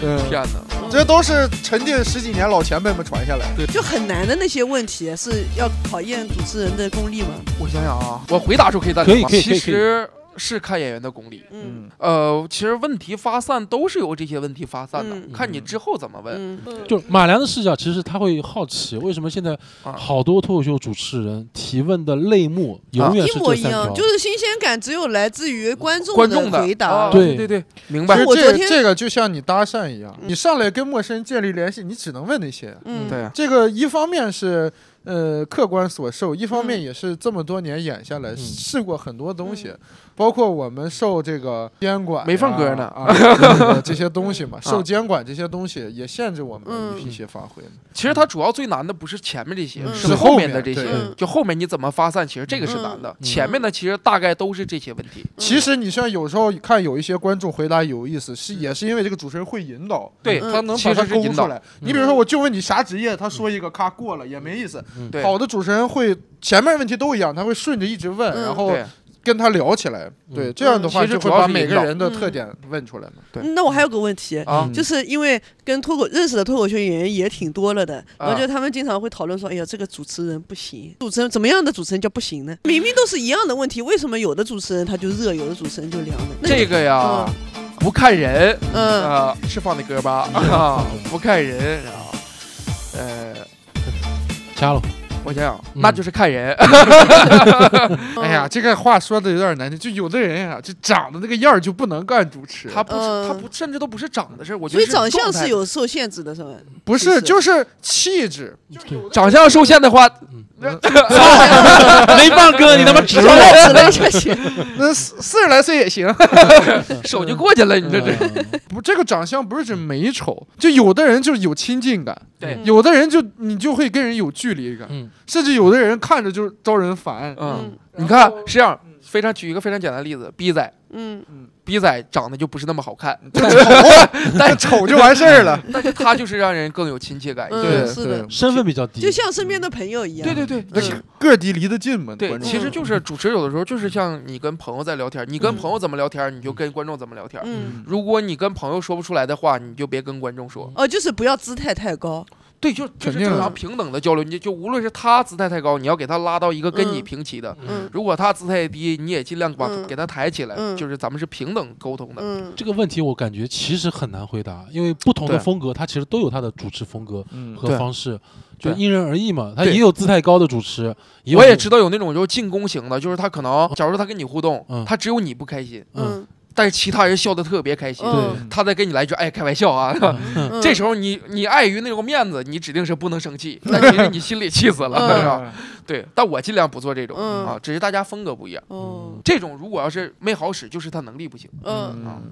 嗯
天哪！
这都是沉淀十几年老前辈们传下来的。
就很难的那些问题是要考验主持人的功力吗？
我想想啊，我回答出可以大
可以可以可以可
其
以
实是看演员的功力。
嗯
呃，其实问题发散都是由这些问题发散的，
嗯
看你之后怎么问。
嗯，
就马良的视角，其实他会好奇，为什么现在
啊
好多脱口秀主持人提问的类目永远
一
是
模
这
一
三条
样，就。是新鲜感只有来自于观众
观众的
回答。
啊
对
对对，明
其
白
实。
我
这
昨天
这个就像你搭讪一样，
嗯
你上来跟陌生人建立联系，你只能问那些。
嗯，
对，啊，
这个一方面是呃客观所受，一方面
嗯
也是这么多年演下来、
嗯
试过很多东西，包括我们受这个监管呀、
没放歌呢
啊，这个这些东
<laughs>
西嘛，
啊
受监管这些东西也限制我们
嗯
一批些发挥嘛。
其实它主要最难的不是前面这些，
嗯
是
是
后
后
面
面
的这些。
对
就后面你怎么发散，其实这个是难的。
嗯
前面的其实大概都是这些问题。
其实你像有时候看有一些观众回答有意思，是也是因为这个主持人会引导，嗯
对
他能
其
把
实
它
是
勾
引
出
导。
来。你比如说，我就问你啥职业，他说一个，咔过了也没意思。
对
好的主持人会前面问题都一样，他会顺着一直问，
嗯
然后
对，啊
跟他聊起来。对，
嗯
这样的话
其实
就
主
会
要
把
是
每
引
个
导
人的特点问出来嘛。
对
嗯那我还有个问题，
啊，
就是因为跟脱口认识的脱口秀演员也挺多了的，
啊
然后就他们经常会讨论说，哎呀，这个主持人不行，主持人怎么样的主持人叫不行呢？明明都是一样的问题，为什么有的主持人他就热，有的主持人就凉呢？那
这个呀
嗯，
不不看人
嗯，
啊，是放的歌吧？ <laughs> 啊，不看人，然后，呃，
掐了，
我想想，那就是看人，
哎呀，这个话说的有点难听，就有的人啊，就长得那个样儿就不能干主持，
<laughs> 他不是他
嗯
不甚至都不是长得事儿，我觉
所
得
以长相
是
是
状
有受限制的，是吧？
<laughs>
不
其
是
实
就是气质，
态长相受限的话，
没放歌，你他妈指
指了指了就行。
那四四十来岁也行。
手就过去了，
嗯
你这这 <laughs>
不，这个长相不是指美丑，就有的人就是有亲近感，
对
有的人就你就会跟人有距离感，
嗯
甚至有的人看着就招人烦。
嗯，
嗯
你看是这样，非常举一个非常简单的例子，逼仔，
嗯，
逼仔长得就不是那么好
<laughs>
看，
但丑就完事儿了。
但是他就是让人更有亲切感一些。
嗯，
对
是
对
的，
身份比较低，
就像身边的朋友一样。
对对对，
嗯，
个儿低离得近嘛，
对，
观众
其实就是主持有的时候就是像你跟朋友在聊天，你跟朋友怎么聊天，你就跟观众怎么聊天。
嗯，
如果你跟朋友说不出来的话，你就别跟观众说。
哦，就是不要姿态太高。
对，就就是
肯定
正
的
啊
常平等的交流。你就无论是他姿态太高，你要给他拉到一个跟你
嗯
平齐的；
嗯
如果他姿态低，你也尽量把
嗯
给他抬起来。
嗯
就是咱们是平等沟通的。
嗯，
这个问题，我感觉其实很难回答，因为不同的
对
风格，它其实都有它的主持风格
嗯
和
对
方式，就
对
因人而异嘛。它
对
也有姿态高的主持，有
我也知道有那种就是进攻型的，就是他可能，假如说他跟你互动，
嗯
他只有你不开心，
嗯
嗯，
但是其他人笑得特别开心。
嗯
他再跟你来一句“哎，开玩笑啊”，
嗯
<laughs> 这时候你你碍于那个面子，你指定是不能生 <laughs> 气，但其实你心里气死了，
嗯
是
啊
吧？对，但我尽量不做这种
嗯
啊，只是大家风格不一样。
哦，
这种如果要是没好使，就是他能力不行，
嗯，
嗯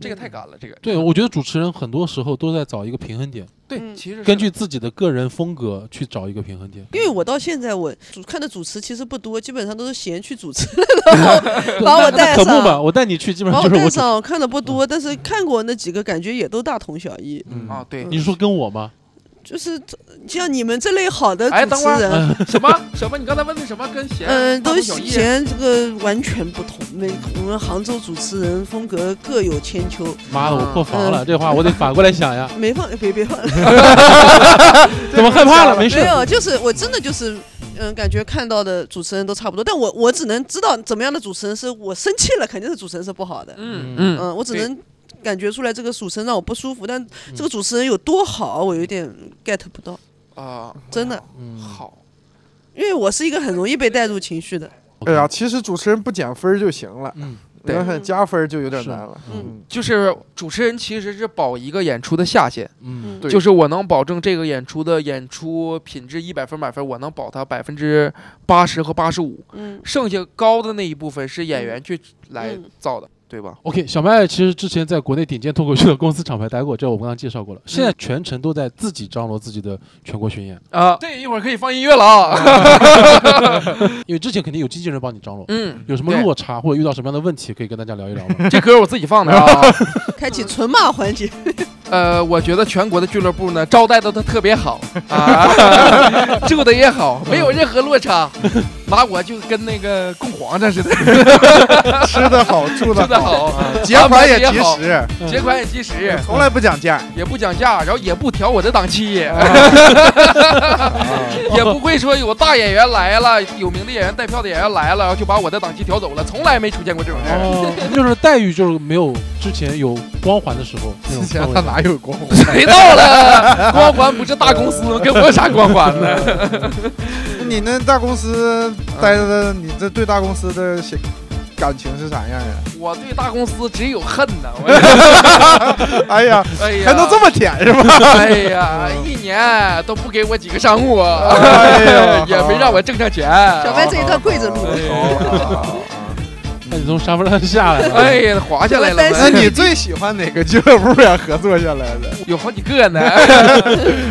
这个太干了。这个
对，我觉得主持人很多时候都在找一个平衡点，
对，
嗯
其实是
根据自己的个人风格去找一个平衡点。
因为我到现在我主看的主持其实不多，基本上都是闲去主持，然后 <laughs> 把我带
可不嘛，
上。
我嗯带你去，基本
把
上
啊我
就是
带
我主。
上，看的不多，但是看过那几个，感觉也都大同小异。
嗯
哦
啊，对
你是说跟我吗？
就是像你们这类好的
哎
主
等
持
会儿
人，
嗯
什么什么？你刚才问的什么？跟弦
嗯，
大
都
同小异
嫌这个完全不同。每我们杭州主持人风格各有千秋，
妈的，我破防了，
嗯
这话我得反过来
<laughs>
想呀。
没放别别放，
怎么害怕了？没事
没。有，就是我真的就是，嗯，感觉看到的主持人都差不多，但我我只能知道怎么样的主持人是我生气了，肯定是主持人是不好的，
嗯
嗯
嗯，
嗯，我只能。感觉出来这个主持人让我不舒服，但这个主持人有多好，我有点 get 不到，
啊，
真的，
嗯，
好，
因为我是一个很容易被带入情绪的。
哎呀，其实主持人不减分儿就行了，
嗯，
对
要想加分儿就有点
是
难了。
嗯
就是主持人其实是保一个演出的下限，
嗯
对
就是我能保证这个演出的演出品质一百分满分，我能保它百分之八十和八十五，
嗯
剩下高的那一部分是演员去来
嗯
造的，对吧？
，OK，小麦其实之前在国内顶尖脱口秀的公司厂牌待过，这我刚刚介绍过了。现在全程都在自己张罗自己的全国巡演，
啊，对，一会儿可以放音乐了啊。
因为之前肯定有经纪人帮你张罗，
嗯，
有什么
对
落差或者遇到什么样的问题，可以跟大家聊一聊
<laughs>
吗？
这歌我自己放的啊。
开启纯骂环节，
呃，我觉得全国的俱乐部 <laughs> 呢，招待的都特别好 <laughs> 啊，住的也好，没有任何落 <laughs> 差，拿我就跟那个供皇上似 <laughs> 的，
吃的好，住
住
的
的， <laughs> 好，啊
结款也及
<laughs> 好
时，
结款也及时，
从来不讲价。
也不讲价，然后也不调我的档期，哎
<laughs>
也不会说有大演员来了，有名的演员带票的演员来了，然后就把我的档期调走了，从来没出现过这种事儿。
哦，就是待遇就是没有之前有光环的时候那种
之前
氛
他
围。
哪有光环？
<laughs> 谁到 <laughs> 了？光环不是大公司，跟我有啥光环呢？ <laughs>
你那大公司待的，你这对大公司的写感情是啥样呀？
我对大公司只有恨呐！ <laughs> 我
<laughs> 哎呀，
哎呀，
还能这么舔是吧？
哎呀，一年都不给我几个商务，
哎呀
也没让我挣上钱。
小白这一段跪着录的。
啊
<laughs>
那你从沙发上下来了，
哎呀，滑下来了
那
哎
呗，
你最喜欢哪个俱乐部呀？合作下来的？
有好几个呢。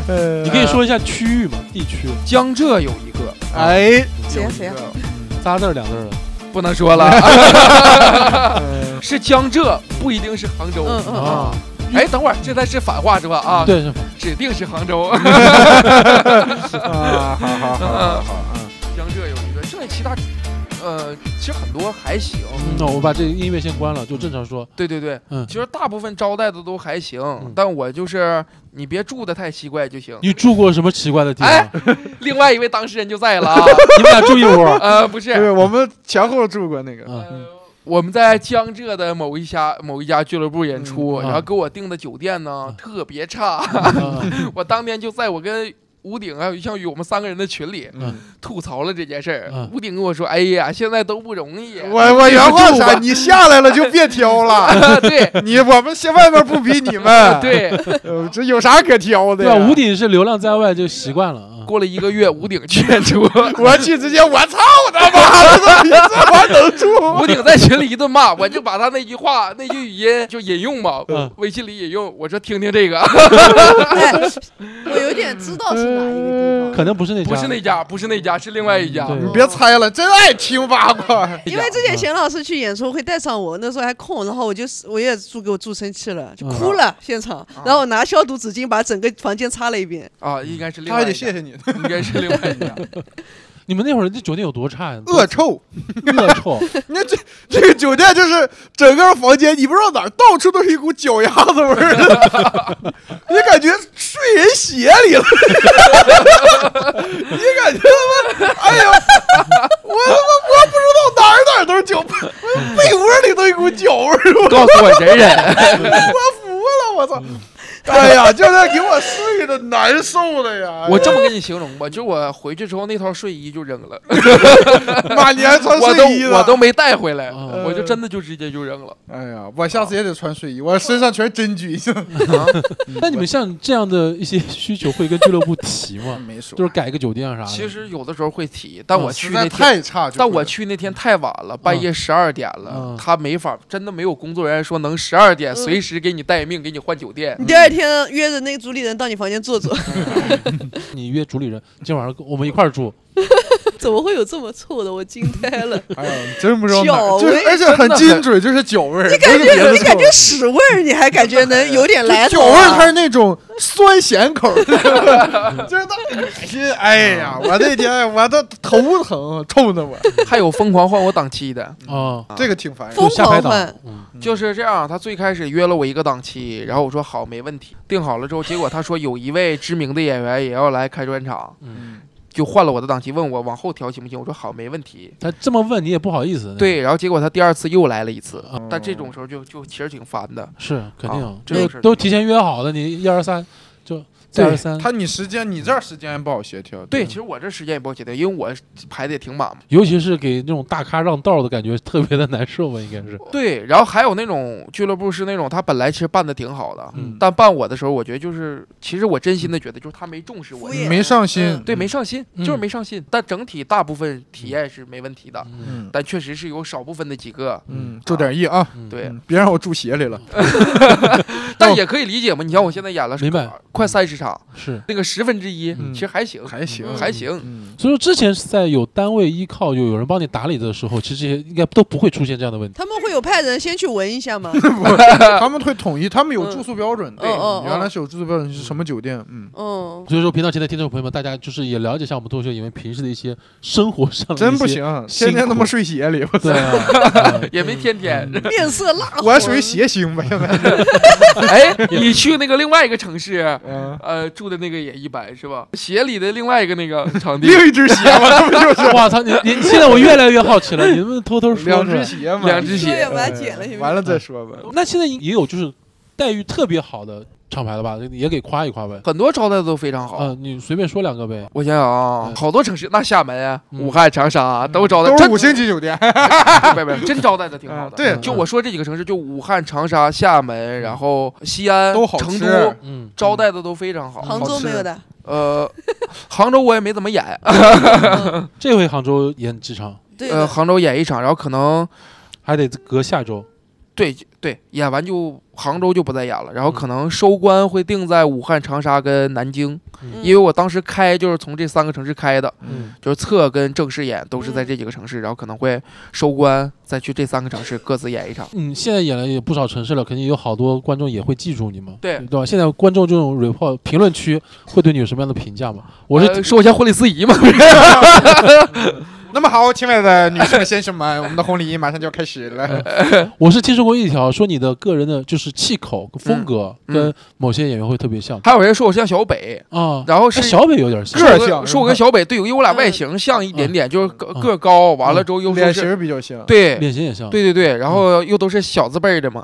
呃
你可以说一下区域吗？地区
江浙有一个，
哎，
谁呀谁呀？啊
嗯
仨字儿两字儿的。
啊不能说了，啊
呃
<laughs> 是江浙，不一定是杭州。
嗯嗯
哦
嗯，
哎，等会儿，这才是反话是吧？啊，
啊嗯对，是
指定是杭州。
啊，好好好好好，
<laughs> 江浙有一个，剩下其他，呃，其实很多还行。
嗯那我把这个音乐先关了，就正常说。
对对对，
嗯
其实大部分招待的都还行，但我就是你别住的太奇怪就行。
你住过什么奇怪的地方？
哎另外一位当事人就在了啊， <laughs>
你们俩住一屋啊？
呃，不是，
对，我们前后住过那个，
嗯
呃，我们在江浙的某一家某一家俱乐部演出，
嗯
然后
啊
给我订的酒店呢特别差， <laughs> 我当天就在我跟。吴鼎还有于向宇，我们三个人的群里、
嗯
吐槽了这件事儿。
嗯
吴鼎跟我说：“哎呀，现在都不容易。啊 <laughs>
我我原话
住
啥？
吧
你下来了就别挑了， <laughs>
啊对，
你我们现外面不比你们
对，
呃，这有啥可挑的
对
呀？
吧？吴鼎是流浪在外就习惯了啊。
过了一个月，吴鼎去演出，
我去直接，我操他妈的，你这还能
吴
住？
鼎在群里一顿骂，我就把他那句话、那句语音就引用嘛，
嗯
微信里引用。我说听听这个，
哎，我有点知道是哪一个地方。
可能不是那家，
不是那家，不是那家，是另外一家。
对
你别猜了，真爱听八卦。
因为之前贤老师去演出会带上我，那时候还空，然后我就我也住给我住生气了，就哭了现场，然后我拿消毒纸巾把整个房间擦了一遍。
啊，应该是另
他
外
还
一家，
得谢谢你，
应该是另外一家。
你们那会儿这酒店有多差呀？
恶臭。
恶臭，啊
那这这个酒店就是整个房间，你不知道哪儿到处都是一股脚丫子味儿， <laughs> 你感觉睡人鞋里了， <laughs> 你感觉他妈，哎呀，我他妈我不知道哪儿哪儿都是脚，被窝里都一股脚味儿，我
告诉我忍忍，
我服了，我操！
嗯
哎呀，就是给我睡的难受的
哎
呀！
我这么跟你形容吧，就是我回去之后那套睡衣就扔了，
妈，你还穿
我都
睡衣呢？
我都没带回来，
嗯
哦
我就真的就直接就扔了。
哎呀，我下次也得穿睡衣，我身上全是真 <laughs> 菌。
<laughs> 那你们像这样的一些需求会跟俱乐部提
<laughs>
吗？
没说
嗯就是改个酒店啊啥的。
其实有的时候会提，但我去
啊哦实
那
在
天，
太嗯差就不能，
但我去那天太晚了，半夜十二点了
嗯，
他没法，真的没有工作人员说能十二
嗯
点随时给你待命，给你换酒店。
<laughs>
你第二天约着那个主理人到你房间坐坐，
你约主理人，今晚上我们一块儿住，
怎么会有这么臭的？我惊呆了，
哎呀，你真不知道哪
脚
儿，
味
就是而且很精准，就是脚味儿，你
感觉你感觉屎味儿，你还感觉能有点来头
脚味儿它
啊
是？那种酸咸口儿， <laughs> 就是它恶心。哎呀，我那天我都头疼，臭的我，
还有疯狂换我档期的，
啊，
这个挺烦人
就
疯
下排
狂
档
换，，
嗯
就是这样。他最开始约了我一个档期，然后我说好，没问题，定好了之后，结果他说有一位知名的演员也要来开专场，
嗯，
就换了我的档期，问我往后调行不行？我说好，没问题。
他这么问你也不好意思。，
对，然哦后结果他第二次又来了一次，
嗯
但这种时候就就其实挺烦的。
是肯
啊
定，
这种
都
事儿
都提前约好了，你一二三就再二三
对，他你时间你这儿时间也不好协调，
对，其实我这时间也不好协调，因为我排的也挺满嘛。
尤其是给那种大咖让道的感觉特别的难受吧，应该是。
对，然后还有那种俱乐部是那种他本来其实办的挺好的，
嗯
但办我的时候，我觉得就是其实我真心的觉得就是他没重视我
敷衍
这
你
个，
没上心
嗯，
对，没上心，就是
嗯
没上心。但整体大部分体验是没问题的，
嗯
嗯
但确实是有少部分的几个，
嗯，注点意啊，
嗯，哦
对，
嗯别让我住鞋里了。
但也可以理解嘛。你像我现在演了
明白
快三十场，
嗯是。
那个十分之一
嗯
其实还行，
还行
还行。
嗯，
所以说之前是在有单位依靠，有有人帮你打理的时候，其实这些应该都不会出现这样的问题。
他们会有派人先去闻一下吗？
他们会统一，他们有住宿标准的。
嗯哦哦哦
原来是有住宿标准，是什么酒店？嗯，
嗯，
所以说，频道前的听众朋友们，大家就是也了解一下我们脱口秀演员平时的一些生活上的一些
真不，行，啊天天他妈睡鞋里，我操
对！
<laughs>
啊，
也没天天，
<laughs> 面色蜡黄。
我还属于谐星 <laughs> 吧，现在。
<laughs> 哎，你去那个另外一个城市，
嗯，
呃，住的那个也一般是吧？协里的另外一个那个场
<laughs>
地，
<laughs> 另一只鞋嘛，他们就
嗯哇操！你你现在我越来越好奇了，你能不能偷偷
是
说
两
出来
只鞋嘛，嗯
两只
说也
鞋，
把它剪了，行不
完
行？
了再说吧。
那现在也有就是待遇特别好的厂牌了吧？也给夸一夸呗。
很多招待都非常
嗯
好。
啊，你随便说两个呗。
我想想啊，好多城市，那厦门啊、
嗯
武汉、长沙啊都招待，
都是
真哎
五星级酒店， <laughs>
不不，真招待的挺好
嗯
的。
对，
就我说这几个城市，就武汉、长沙、厦门，然后西安、
都好
成
吃
都，
嗯，
招待的都非常好。
杭州没有的，
呃，杭州我也没怎么演，
这回杭州演几场，
对
呃，
的，
杭州演一场，然后可能
还得隔下周。
对对，演完就杭州就不再演了，
嗯
然后可能收官会定在武汉、长沙跟南京，
嗯
因为我当时开就是从这三个城市开的，
嗯，
就是侧跟正式演都是在这几个城市，然后可能会收官再去这三个城市各自演一场。
你嗯现在演了也不少城市了，肯定有好多观众也会记住你嘛。
对
对吧？现在观众这种 report 评论
呃
区会对你有什么样的评价吗？我是
呃说我像婚礼司仪嘛，
那么好，亲爱的女士们、先生们，我们的婚礼马上就要开始了。
我是听说过一条说你的个人的就是气口风格
嗯
跟某些演员会特别像
<laughs> 还有人说我像小北，
啊，
然后是
哎小北有点像
个儿
说我
像
说我跟小北对，因为我俩外形像一点点，就是个
嗯
个高，完了之后又
脸
说
型
是，
儿比较像，
对对
脸型也像，
对对，然
嗯
后又都是小字辈儿的嘛。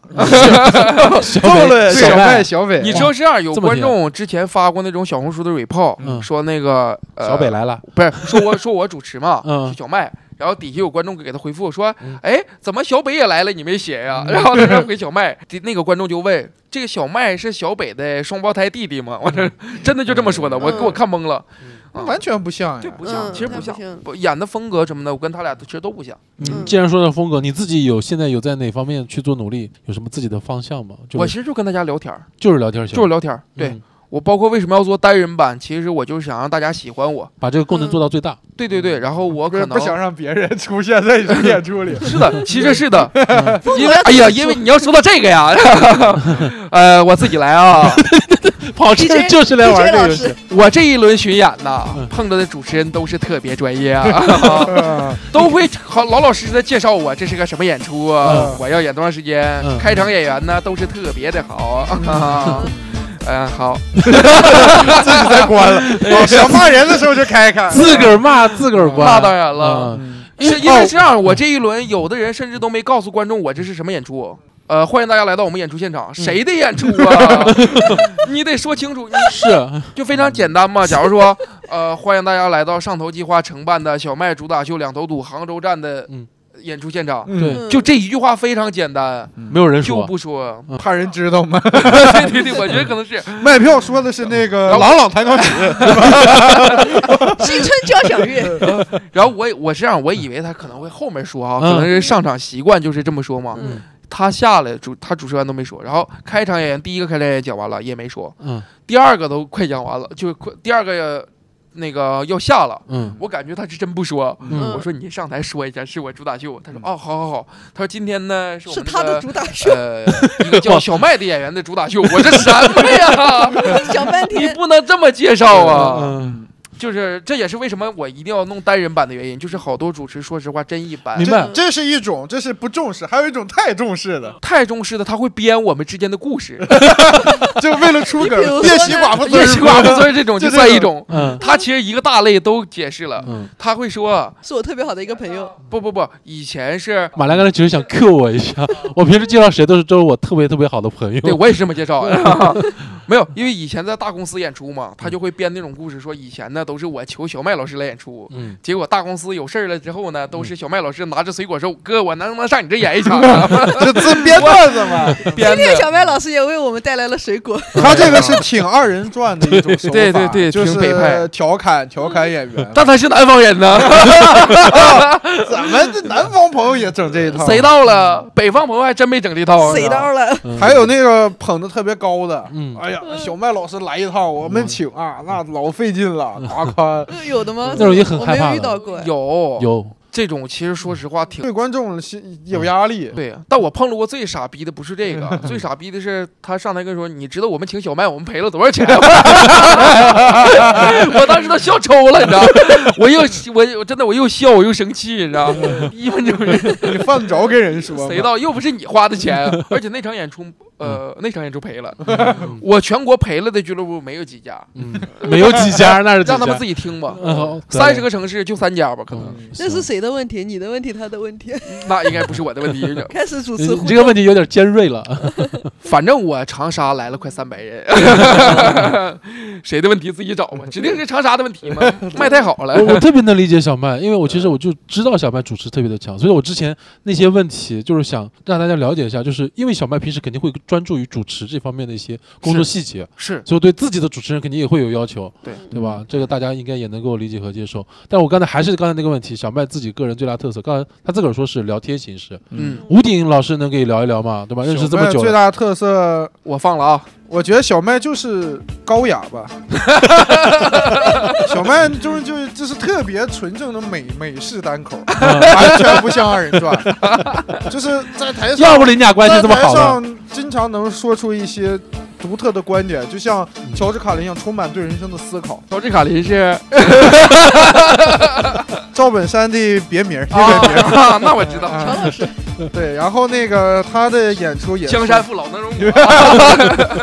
<laughs> 小
够
北
了
对，小
麦
麦、小伟，
你知道这样，有
这么
观
听
众之前发过那种小红书的 report，
嗯
说那个呃
小北来了，
不是说我说我主持嘛，
<laughs> 嗯
是小麦。然后底下有观众给他回复说
嗯：“
哎，怎么小北也来了，你没写呀？”然后他让回小麦， <laughs> 底那个观众就问：“这个小麦是小北的双胞胎弟弟吗？”我这
嗯
真的就这么说的，我给我看懵了。
那完全不像
这
呀。
不像，
嗯
其实不
太不
像
像，
不演的风格什么的，我跟他俩其实都不像。
你
嗯
既然说到风格，你自己有现在有在哪方面去做努力，有什么自己的方向吗？就
我
是
其实就跟大家聊天儿，
就是聊天型，
就是聊天儿。对
嗯
我，包括为什么要做单人版，其实我就是想让大家喜欢我。
把这个功能
嗯
做到
<laughs>
最大。
对对
嗯
对，然后我
不
可
是
能
不想让别人出现在你的 <laughs> 演出里，
<laughs> 是的，其实是的，
嗯
因为哎呀，因为你要说到这个呀， <laughs> 呃，我自己来啊，
跑这
DJ
就是来玩
DJ
这个
老 <laughs>
游戏
师，
我这一轮巡演呐
嗯，
碰到的主持人都是特别专业啊，
嗯
<laughs> 都会好老老实实的介绍我这是个什么演出啊
嗯，
我要演多长时间
嗯，
开场演员呢都是特别的好， <laughs> 啊嗯，好，
自己再关 <laughs> 了。哦想骂人的时候就开开。
自个儿骂自个儿关。
那当然了。
嗯，
是因为这样，我这一轮有的人甚至都没告诉观众我这是什么演出。呃，欢迎大家来到我们演出现场。谁的演出啊？你得说清楚，你
是
就非常简单嘛。假如说，呃，欢迎大家来到上头计划承办的小麦主打秀《两头堵》杭州站的
嗯
演出现场，
嗯
对
就这一句话非常简单，
没有人
就
说，
不说。
怕人知道吗？
<laughs> 对对对，我觉得可能是
卖票说的是那个朗朗抬高指，
新春交响乐，
然后我也我是这样，我以为他可能会后面说啊，
嗯
可能是上场习惯就是这么说嘛。
嗯
他下来主他主持完都没说，然后开场演员第一个开场演员讲完了也没说，
嗯
第二个都快讲完了，就快第二个那个要下了，
嗯
我感觉他是真不说。
嗯
我说你上台说一下，是我主打秀。他说哦，好好好。他说今天呢是我
是
们
他的
的
主打
<laughs>
秀，
呃一个叫小麦的演员的主打秀。我这什么呀？
讲半
<laughs> 你
天，
不能这么介绍啊！
嗯，
<laughs> 就是这也是为什么我一定要弄单人版的原因，就是好多主持说实话真一般
明，白
<laughs> 这。这是一种，这是不重视，还有一种太重视
<laughs>
的，
太重视的他会编我们之间的故 <laughs> 事，
就为了出梗
你比如说
儿，夜袭寡
<laughs>
妇
夜袭寡妇
<laughs>
村这种
就
就
这
算一种。
种
嗯
他其实一个大类都解释了，
嗯，
他会说
是我特别好的一个朋友，
不不不，以前是
马良刚才其实想 Q 我一下，我平时介绍谁都是都是我特别特别好的朋
<laughs>
友。
对我也是这么介绍
<laughs>
的，没有，因为以前在大公司演出嘛，他就会编那种故事，说以前呢都是我求小麦老师来演出，
嗯，
结果大公司有事儿了之后呢，都是小麦老师拿着水果说：“哥，我能不能上你这演一场啊 <laughs>
这自编段子嘛。？”
编
今天
的，
小麦老师也为我们带来了水果，
他这个是挺二人转的一种手法，
对对对
就
挺北派
是调侃调侃演
<laughs>
员。
但他是南方人呢，
<laughs>
咱们这南方朋友也整这一套，
谁到了？北方朋友还真没整这套呢。
谁到了？ <laughs>
还有那个捧的特别高的，
嗯
哎呀，小麦老师来一套，我们请
嗯
啊，那老费劲了，夸夸。
有的吗？
那种也很
我
害
没
怕
有遇
的
到过，
有 <laughs>
有
这种，其实说实话挺
对观众心
嗯
有压
啊
力，
对，啊但我碰到过最傻逼的不是这个，最傻逼的是他上台跟我说：“你知道我们请小麦我们赔了多少钱吗？” <laughs> 我当时都笑抽了，你知道？我又我我真的我又笑我又生气，你知道？因为就是 <laughs>
你犯不着跟人说嘛。
谁到又不是你花的钱，而且那场演出
嗯
呃那场演出赔了， <laughs> 我全国赔了的俱乐部没有几家，
嗯，没有几
<laughs>
家那是
让他们自
己
己听吧。
嗯，
三十个城市就三家吧，可能
嗯
那是
行
谁的问题？你的问题，他的问题。 <laughs>
那应该不是我的问题。
开始主
你
持
你
互
这个
动，
问题有点尖锐了。
反正我长沙来了快三百人， <laughs> 谁的问题自己找
<laughs>
吧，指定是长沙的问题嘛，卖太好了
我。
<laughs>
我特别能理解小麦，因为我其实
嗯
我就知道小麦主持特别的强，所以我之前那些问题就是想让大家了解一下，就是因为小麦平时肯定会专注于主持这方面的一些工作细节，
是
所以对自己的主持人肯定也会有要求，
对
对吧？这个大家应该也能够理解和接受。但我刚才还是刚才那个问题，小麦自己个人最大特色，刚才他自个儿说是聊天形式，
嗯，
吴鼎老师能给聊一聊吗？对吧？认识这么
小
久
麦最
了，
大的特色，
我放了啊，
我觉得小麦就是高雅
<laughs>
吧。小麦就是就是就是特别纯正的美美式单口，
嗯
完全不像二人
<laughs>
转，就是在台上，
要不你俩关系这么好
在台
呢？
上经常能说出一些独特的观点，就像
嗯
乔治卡林一样，充满对人生的思考。
乔治卡林是
赵本山的别名儿，
啊
别名儿。
<laughs> 啊，那我
哦
知道，
乔老师，
对，然后那个他的演出也是
江山父老能容我。
<laughs>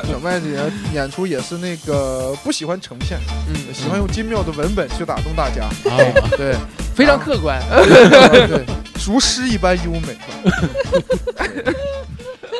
小麦姐演出也是那个不喜欢呈现，
嗯，
喜欢用精妙的文本去打动大家。
啊，
<laughs> 对，
非常客观。
嗯
对，如诗一般优美。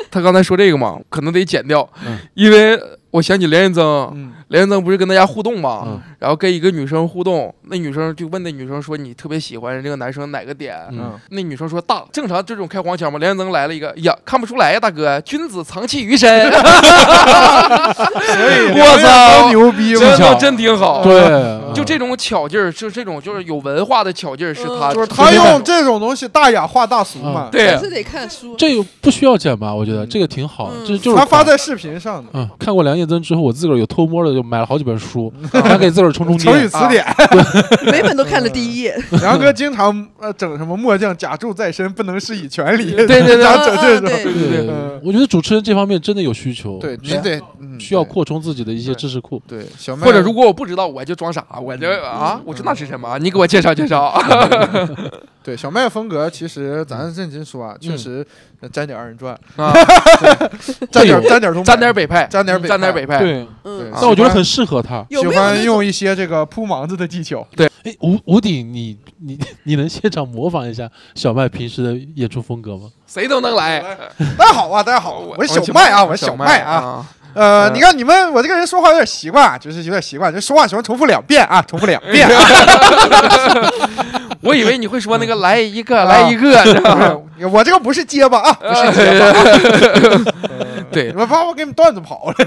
他刚才说这个嘛，可能得剪掉
嗯，
因为我想起连仁增，
嗯
连仁增不是跟大家互动嘛
嗯，
然后跟一个女生互动，那女生就问那女生说你特别喜欢这个男生哪个点？
嗯，
那女生说大，正常这种开黄腔嘛。连仁增来了一个，哎呀，看不出来呀、大哥，君子藏器于
<laughs>
身。我
都
操，
牛逼
<laughs> 这真
技巧
嘛！
的真挺好。，
对，啊
就这种巧劲儿，就这种就是有文化的巧劲儿，是他，
嗯
就是他用这种东西大雅化大俗嘛。
对
还是得看书。
这个不需要剪吧？我觉得这个挺好，
嗯
这就是
他发在视频上的
嗯，看过梁彦增之后，我自个儿有偷摸的就买了好几本
<laughs>
书，还给自个儿充充
成语
电。啊
词典，
每本都看了第一页，
杨哥经常呃整什么末将甲胄在身，不能施以全力。
对对对
讲
啊啊
整这种。
对
对
嗯
我觉得主持人这方面真的有需求，
对，
需
你得嗯
需要扩充自己的一些知识库。
对对小麦，
或者如果我不知道，我就装傻，我就啊，我知道是什么，你给我介绍介绍。
对小麦风格，其实咱认真说啊，确实呃沾点二人转，
<laughs> 啊，
沾点
会有
沾点东北，
沾点北派，
沾点北，
沾点北。派。
对，
嗯
对，啊
但我觉得很适合他。
有
喜
没有那
欢
种
用一些这个铺盲子的技 <laughs> 巧，
哎，吴吴鼎，你你你能现场模仿一下小麦平时的演出风格吗？
谁都能来。
大家好啊，大家好，我是小麦啊，我是小麦啊。
啊，
呃，
嗯
你看你们，我这个人说话有点习惯，啊，就是有点习惯，就说话喜欢重复两遍啊，重复两遍。 <laughs>
我以为你会说那个
嗯
来一
啊
个，来一个，你知道吗
我这个不是结巴啊，不是结巴啊。
对
<laughs> 你，们把我给你们段子 <laughs> 跑了。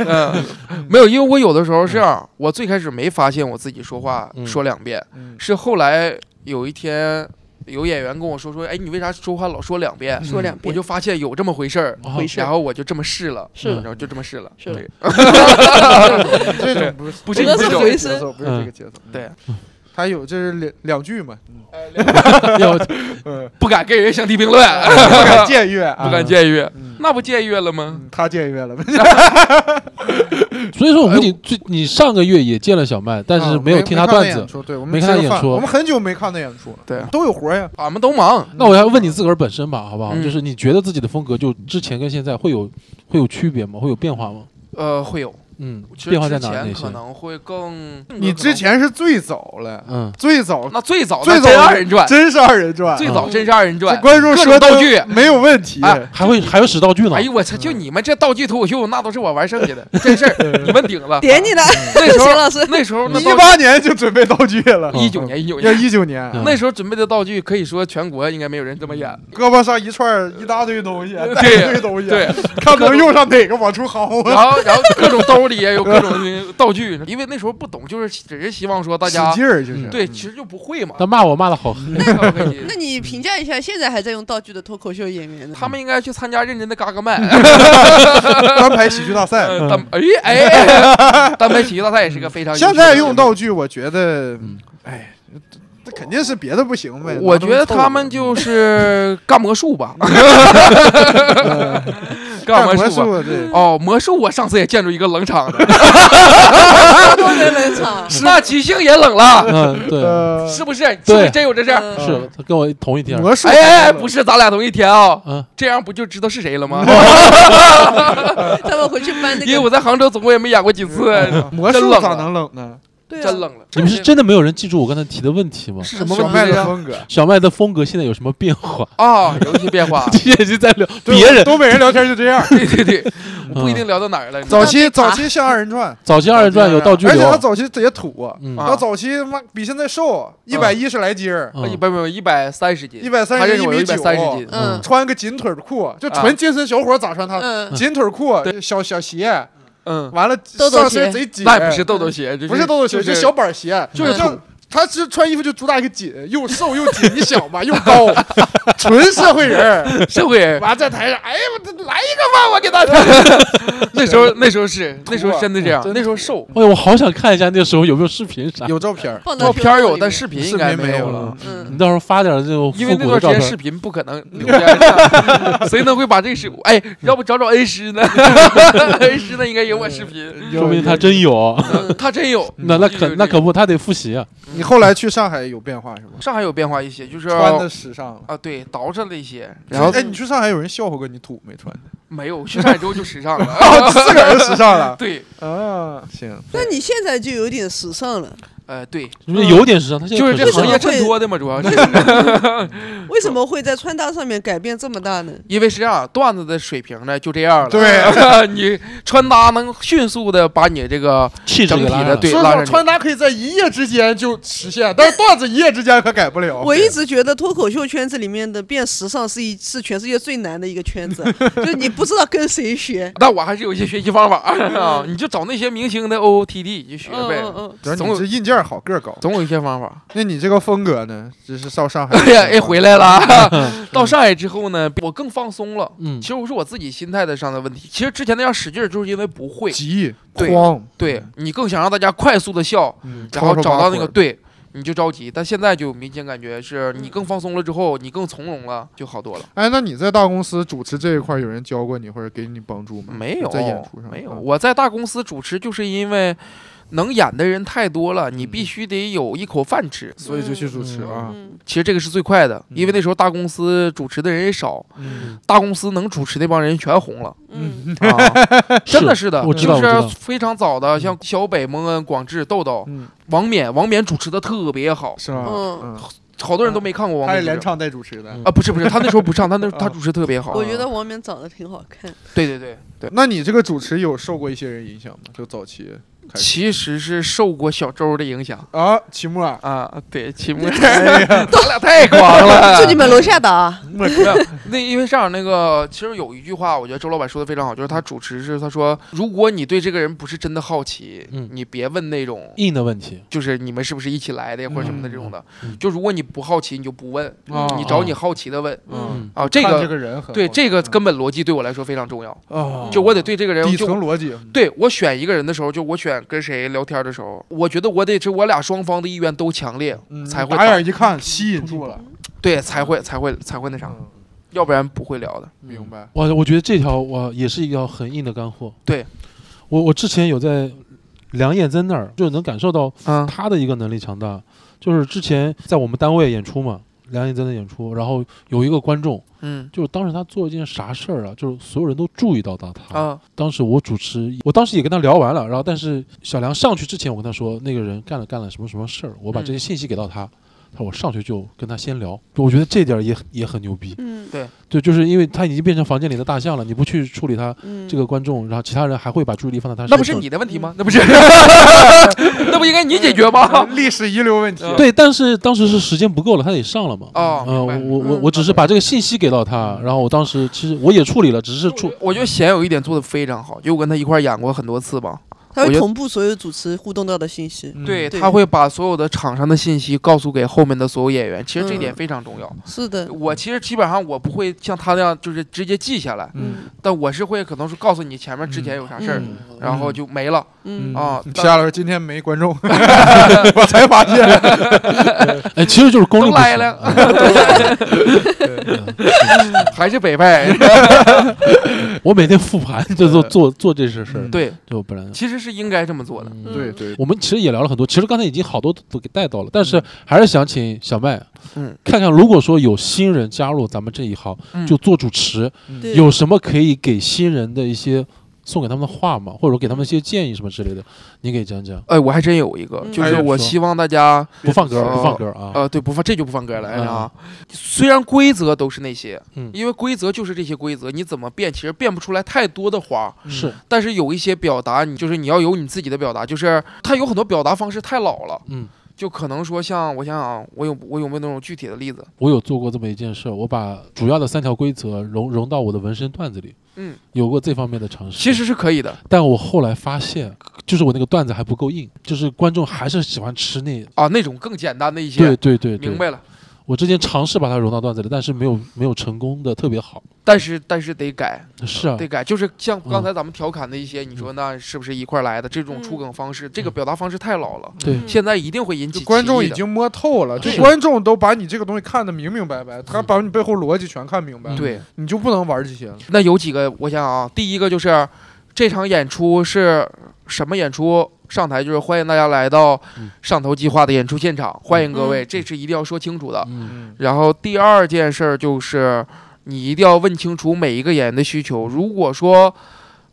嗯，没有，因为我有的时候是这样，我最开始没发现我自己说话
嗯
说两遍，
嗯
是后来有一天有演员跟我说说，哎，你为啥说话老说两遍？
说两
我
遍
就发现有这么回事儿，
啊
回事
然
儿？
后我就这么试了，
是
的
然后就这么试了，
是的
对
这种不是
不是
我刚
这
才
种
回
这个节奏，不是这个节奏。嗯
对，
他有这是两两句嘛，
要
嗯，
不敢跟人相提并论，
哦不 <laughs> 敢僭越啊，
<laughs> 不敢僭越，
嗯。
那不僭越了吗？
嗯他僭越了， <laughs>
所以说吴
哎
鼎最你上个月也见了小麦，但是
没
有听他
啊没看
段
演
子。
出对，我们
没看他
吃个
演
饭
出
我们很久没看他演出了，
对
都啊有活呀，
俺们都忙，
嗯那我要问你自个儿本身吧，好不好？
嗯
就是你觉得自己的风格就之前跟现在会有会有区别吗？会有变化吗？
呃，会有，
嗯，
其实
变化在
之
哪儿？
前
哪
可
些？
能会更，
你之前是最早了，
嗯，
最早
那最早
最
那
早
真二人转，
真是二人转，
最
嗯
早真是二人
这
转，
观众
各
说
种
的
道具。
没有问题，
哎
还会还有使道具呢
哎。呦我操！
嗯
就你们这道具脱口秀，那都是我玩剩
<laughs>
下的，真事儿，你们顶了。
点你了，
嗯那
<laughs>
时
邢
候
老师，
那时候
你
那
一八年就准备道具了，
嗯
一九年一九
要
年
一九年，
嗯
那时候准备的道具，可以说全国应该没有人这么演。
胳膊上一串儿一大堆东西，带
对
一堆东西， <laughs>
对，，
看能用上哪个往出薅啊，
然后然后各种兜里也有各种道具，因为那时候不懂，就是只是希望说大家
嗯
嗯
使劲儿嗯就是，
对，其实就不会嘛。
他骂我骂的好
嗯
狠，
那你评价一下现在还在用道具的脱口秀演员呢？
他们应该去参加认真的嘎
<laughs>
嘎麦，
单排喜剧大赛，
呃单哎哎，哎 <laughs> 单排喜剧大赛也是个非常
现在用道具，我觉得
嗯，
哎，这肯定是别的不行呗。
我觉得他们就是干魔术吧，干
干
魔
魔
术吧。
术，啊对，
哦，魔术我上次也见着一个冷场的，
多人冷场，
那即兴也冷了，
嗯，对，
呃，
是不是？是不是
对
真有这事儿？
嗯
是他跟我同一天。
魔术，
哎哎哎，不，是，咱俩同一天啊，
嗯，
这样不就知道是谁了吗？
他们回去搬
<laughs>
那
因为我
个，
在杭州总共也没演过几次，
嗯魔
真
术
冷啊
咋
了
能冷呢？
对
真
啊，
冷了。
你们是真的没有人记住我刚才提的问题吗？
是什
什
么
小
问
麦
题
的
啊？
风格？
小麦的风格现在有什么变化？，
啊，有一些变化
<laughs> 现在已经在聊别人，
东北人聊天就这样。
对对对，不一定聊到哪儿了。
早
那
期
被查
早期像二人转，
早期二人转有道具
而且他
流，
早期贼土，
嗯
啊
他早期他妈比现在瘦，啊
嗯
一百一十来斤儿，
一
嗯，
百不一百三十斤，
一百三
他
十
认为
一
我
米
一百
九，
三十斤，
嗯
穿个紧腿裤，就
啊
纯健身小伙咋穿他？
嗯，
紧腿裤、啊小小鞋，
嗯，
完了
豆豆
上身
鞋
贼紧，
那也不是豆豆鞋，这
哎不是豆豆鞋，
就是
小板鞋，
就是
像他是穿衣服就主打一个紧，又瘦又紧，你想吧，又
<laughs>
高，纯社会人儿。
社会人。
完在台上，哎呀，我这来一个吧，我给大家。
<laughs> 那时候那时候是那时候
土啊
真的这样，
真
那时候瘦，
哎，我好想看一下那时候有没有视频啥。
有照片儿，
放到
照片儿
胸口
有，
里
但
面
视频
视
应该
频没
没
有
了
了。
嗯
你到时候发点儿这种
因为
复
那
古的
段时间
照片
视频不可
<laughs>
能留下，谁能会把这个视哎，要不找找恩师呢
<laughs>
恩师呢应该有我视
嗯
频，
说不定他真有。
嗯他真有。
<laughs>
嗯
那那
有
可
有
那
有
可不，他得复习啊。
你后来去上海有变化是吗？
上海有变化一些，就是
穿的时尚了。
啊，对，捯饬了一些，
然后，哎，你去上海有人笑话过你土没
<laughs>
穿的，
没有去上海之后就时尚了。
<laughs> 哦，自个儿就时
<laughs>
尚了
对，
啊。行，
那你现在就有点时尚了，
呃，对，
就是有点时尚，他现在
就是
可
这
时尚
行业
了
衬托的嘛，主要是
为什么会在穿搭上面改变这么大呢？
因为是这样，段子的水平呢就这样了。
对，
<laughs> 你穿搭能迅速的把你这个
气质
整
给
体
拉
的
上
对
说实
拉
话，
上去。
穿搭可以在一夜之间就实现，但是段子一夜之间可改
<laughs>
不了。
我一直觉得脱口秀圈子里面的变时尚是一是全世界最难的一个圈子，啊就是你不知道跟谁学。
<laughs> 但我还是有一些学习方法 <laughs> 啊，你就找那些明星的 OOTD 你就学
嗯嗯
呗，
嗯，
主要
总
你这硬件儿好，个儿高。
总有一些方法。
那你这个风格呢？这是到上
<laughs>
海，
哎 <laughs> 呀，哎，回来了 <laughs> 啊。到上海之后呢，我更放松了。
嗯
其，实我是我自己心态的上的问题。其实之前那样使劲儿，就是因为不会。
急
对
慌，
对你更想让大家快速的笑，
嗯
然后
吵
找
吵
到
巴
那个
火
对，你就着急。但现在就明显感觉是你更放松了之后，你更从容了，就好多了。
哎，那你在大公司主持这一块儿，有人教过你或者给你帮助吗？
没有，
在演出上
没有。
嗯
我在大公司主持，就是因为能演的人太多了，你必须得有一口饭吃。
所以就去主持啊。
嗯，
其实这个是最快的，因为那时候大公司主持的人也少，
嗯，
大公司能主持那帮人全红了，
嗯，
啊、 <laughs> 真的是的，
我知道，
就
我知
是
道。
非常早的，像小北、蒙恩、广志、豆豆、
嗯
王冕，王冕主持的特别好，
是吗？
嗯
嗯，
好多人都没看过王
他是
冕主
连
持。
唱带主持的。
啊，不是不是，他那时候不唱，他
<laughs>
那
啊
他主持特别好。啊
我觉得王冕长得挺好看，
对对对，
那你这个主持有受过一些人影响吗？就早期开始
其实是受过小周的影响
啊，齐木啊，
啊。 <laughs> 对，秦牧，他俩 <laughs> 太狂了。
<laughs> 就你们楼下的啊，
那因为这样，那个其实有一句话，我觉得周老板说的非常好，就是他主持是他说，如果你对这个人不是真的好奇，
嗯
你别问那种
硬的问题，
就是你们是不是一起来的呀，或者什么的这种的。
嗯嗯
就如果你不好奇，你就不问，
啊
你找你好奇的问
嗯，
啊。这
看这
个
个人很
对
好
这个
嗯
根本逻辑对我来说非常重要，
啊，
就我得对这个人
底
就
层逻辑，
对我选一个人的时候，就我选跟谁聊天的时候，我觉得我得是我俩双方的意愿都强烈，
嗯
才会
打
打
眼一看吸引住了，
对才会才会才会那啥，
嗯
要不然不会聊的。
明白。
我我觉得这条我也是一条很硬的干货。
对，
我我之前有在梁彦增那儿，就能感受到
嗯
他的一个能力强大，就是之前在我们单位演出嘛，梁彦增的演出，然后有一个观众，
嗯
就是当时他做了一件啥事儿啊，就是所有人都注意到到他。
啊
当时我主持，我当时也跟他聊完了，然后但是小梁上去之前，我跟他说那个人干了干了什么什么事儿，我把
嗯
这些信息给到他，他说我上去就跟他先聊，我觉得这点儿也也很牛逼，
嗯
对，就是因为他已经变成房间里的大象了，你不去处理他
嗯，
这个观众，然后其他人还会把注意力放在他身
那
上，
不是你的问题吗？那不是，那不应该你解决吗？
历史遗留问题，
嗯
对，但是当时是时间不够了，他得上了嘛。
哦，
嗯，
明
我
白。嗯
我我
嗯
我只是把这个信息给到他，然后我当时其实我也处理了，只是处
我觉得贤有一点做的非常好，就我跟他一块儿演过很多次吧。
他
我
会
觉得
同步所有主持互动到的信息，
嗯
对，
对
他会把所有的场上的信息告诉给后面的所有演员，其实这一点
嗯
非常重要。
是的，
我其实基本上我不会像他那样，就是直接记下来，
嗯
但我是会可能是告诉你前面之前有啥事儿，
嗯
然后就没了。
嗯
啊
嗯夏老师今天没
<laughs>
观众， <laughs> 我才发现。
哎，其实就是功力
嗯都
不
来
行。
了
嗯，
<laughs> 还是北派。
<laughs> <laughs> 我每天复盘，就做做做这些事儿，
嗯对，
就不然。
其实是应该这么做的。
嗯
对对，
我们其实也聊了很多，其实刚才已经好多都给带到了，但是还是想请小麦，
嗯，
看看如果说有新人加入咱们这一行，
嗯
就做主持，
对
有什么可以给新人的一些送给他们的话吗？或者给他们一些建议什么之类的，你给讲讲。
哎，我还真有一个，
嗯
就
哎
是
呀
我
说
希望大家，
不放歌，
呃
不放歌啊！
呃，对，不放这就不放歌了啊。虽然规则都是那些，
嗯
因为规则就是这些规则，你怎么变，其实变不出来太多的花儿。
是，
但是有一些表达，你就是你要有你自己的表达，就是它有很多表达方式太老了，
嗯，
就可能说像我想想啊，我有我有没有那种具
嗯
体的例子？
我有做过这么一件事儿，我把主要的三条规则融融到我的纹身段子里，
嗯，
有过这方面的尝试。
其实是可以的。
但我后来发现，就是我那个段子还不够硬，就是观众还是喜欢吃那。
啊，那种更简单的一些。
对对对对
明，白了。
我之前尝试把它融到段子里，但是没有没有成功的特别好。
但是但是得改，
是啊
得，改，就是像
嗯
刚才咱们调侃的一些，你说那是不是一块儿来的这种出梗方式？这
嗯
个表达方式太老了，
对，
现在一定会引
就
起
观众
歧义
已
的
经摸透了，就是观众都把你这个东西看得明明白白，他把你背后逻辑全看明白，
嗯
了，
嗯对。
你就不能玩这些了。
那有几个，我想想啊，第一个就是这场演出是什么演出？上台就是欢迎大家来到
嗯
上头计划的演出现场，欢迎各位，
嗯
这是一定要说清楚的。
嗯，
嗯，
然后第二件事儿就是，你一定要问清楚每一个演员的需求。如果说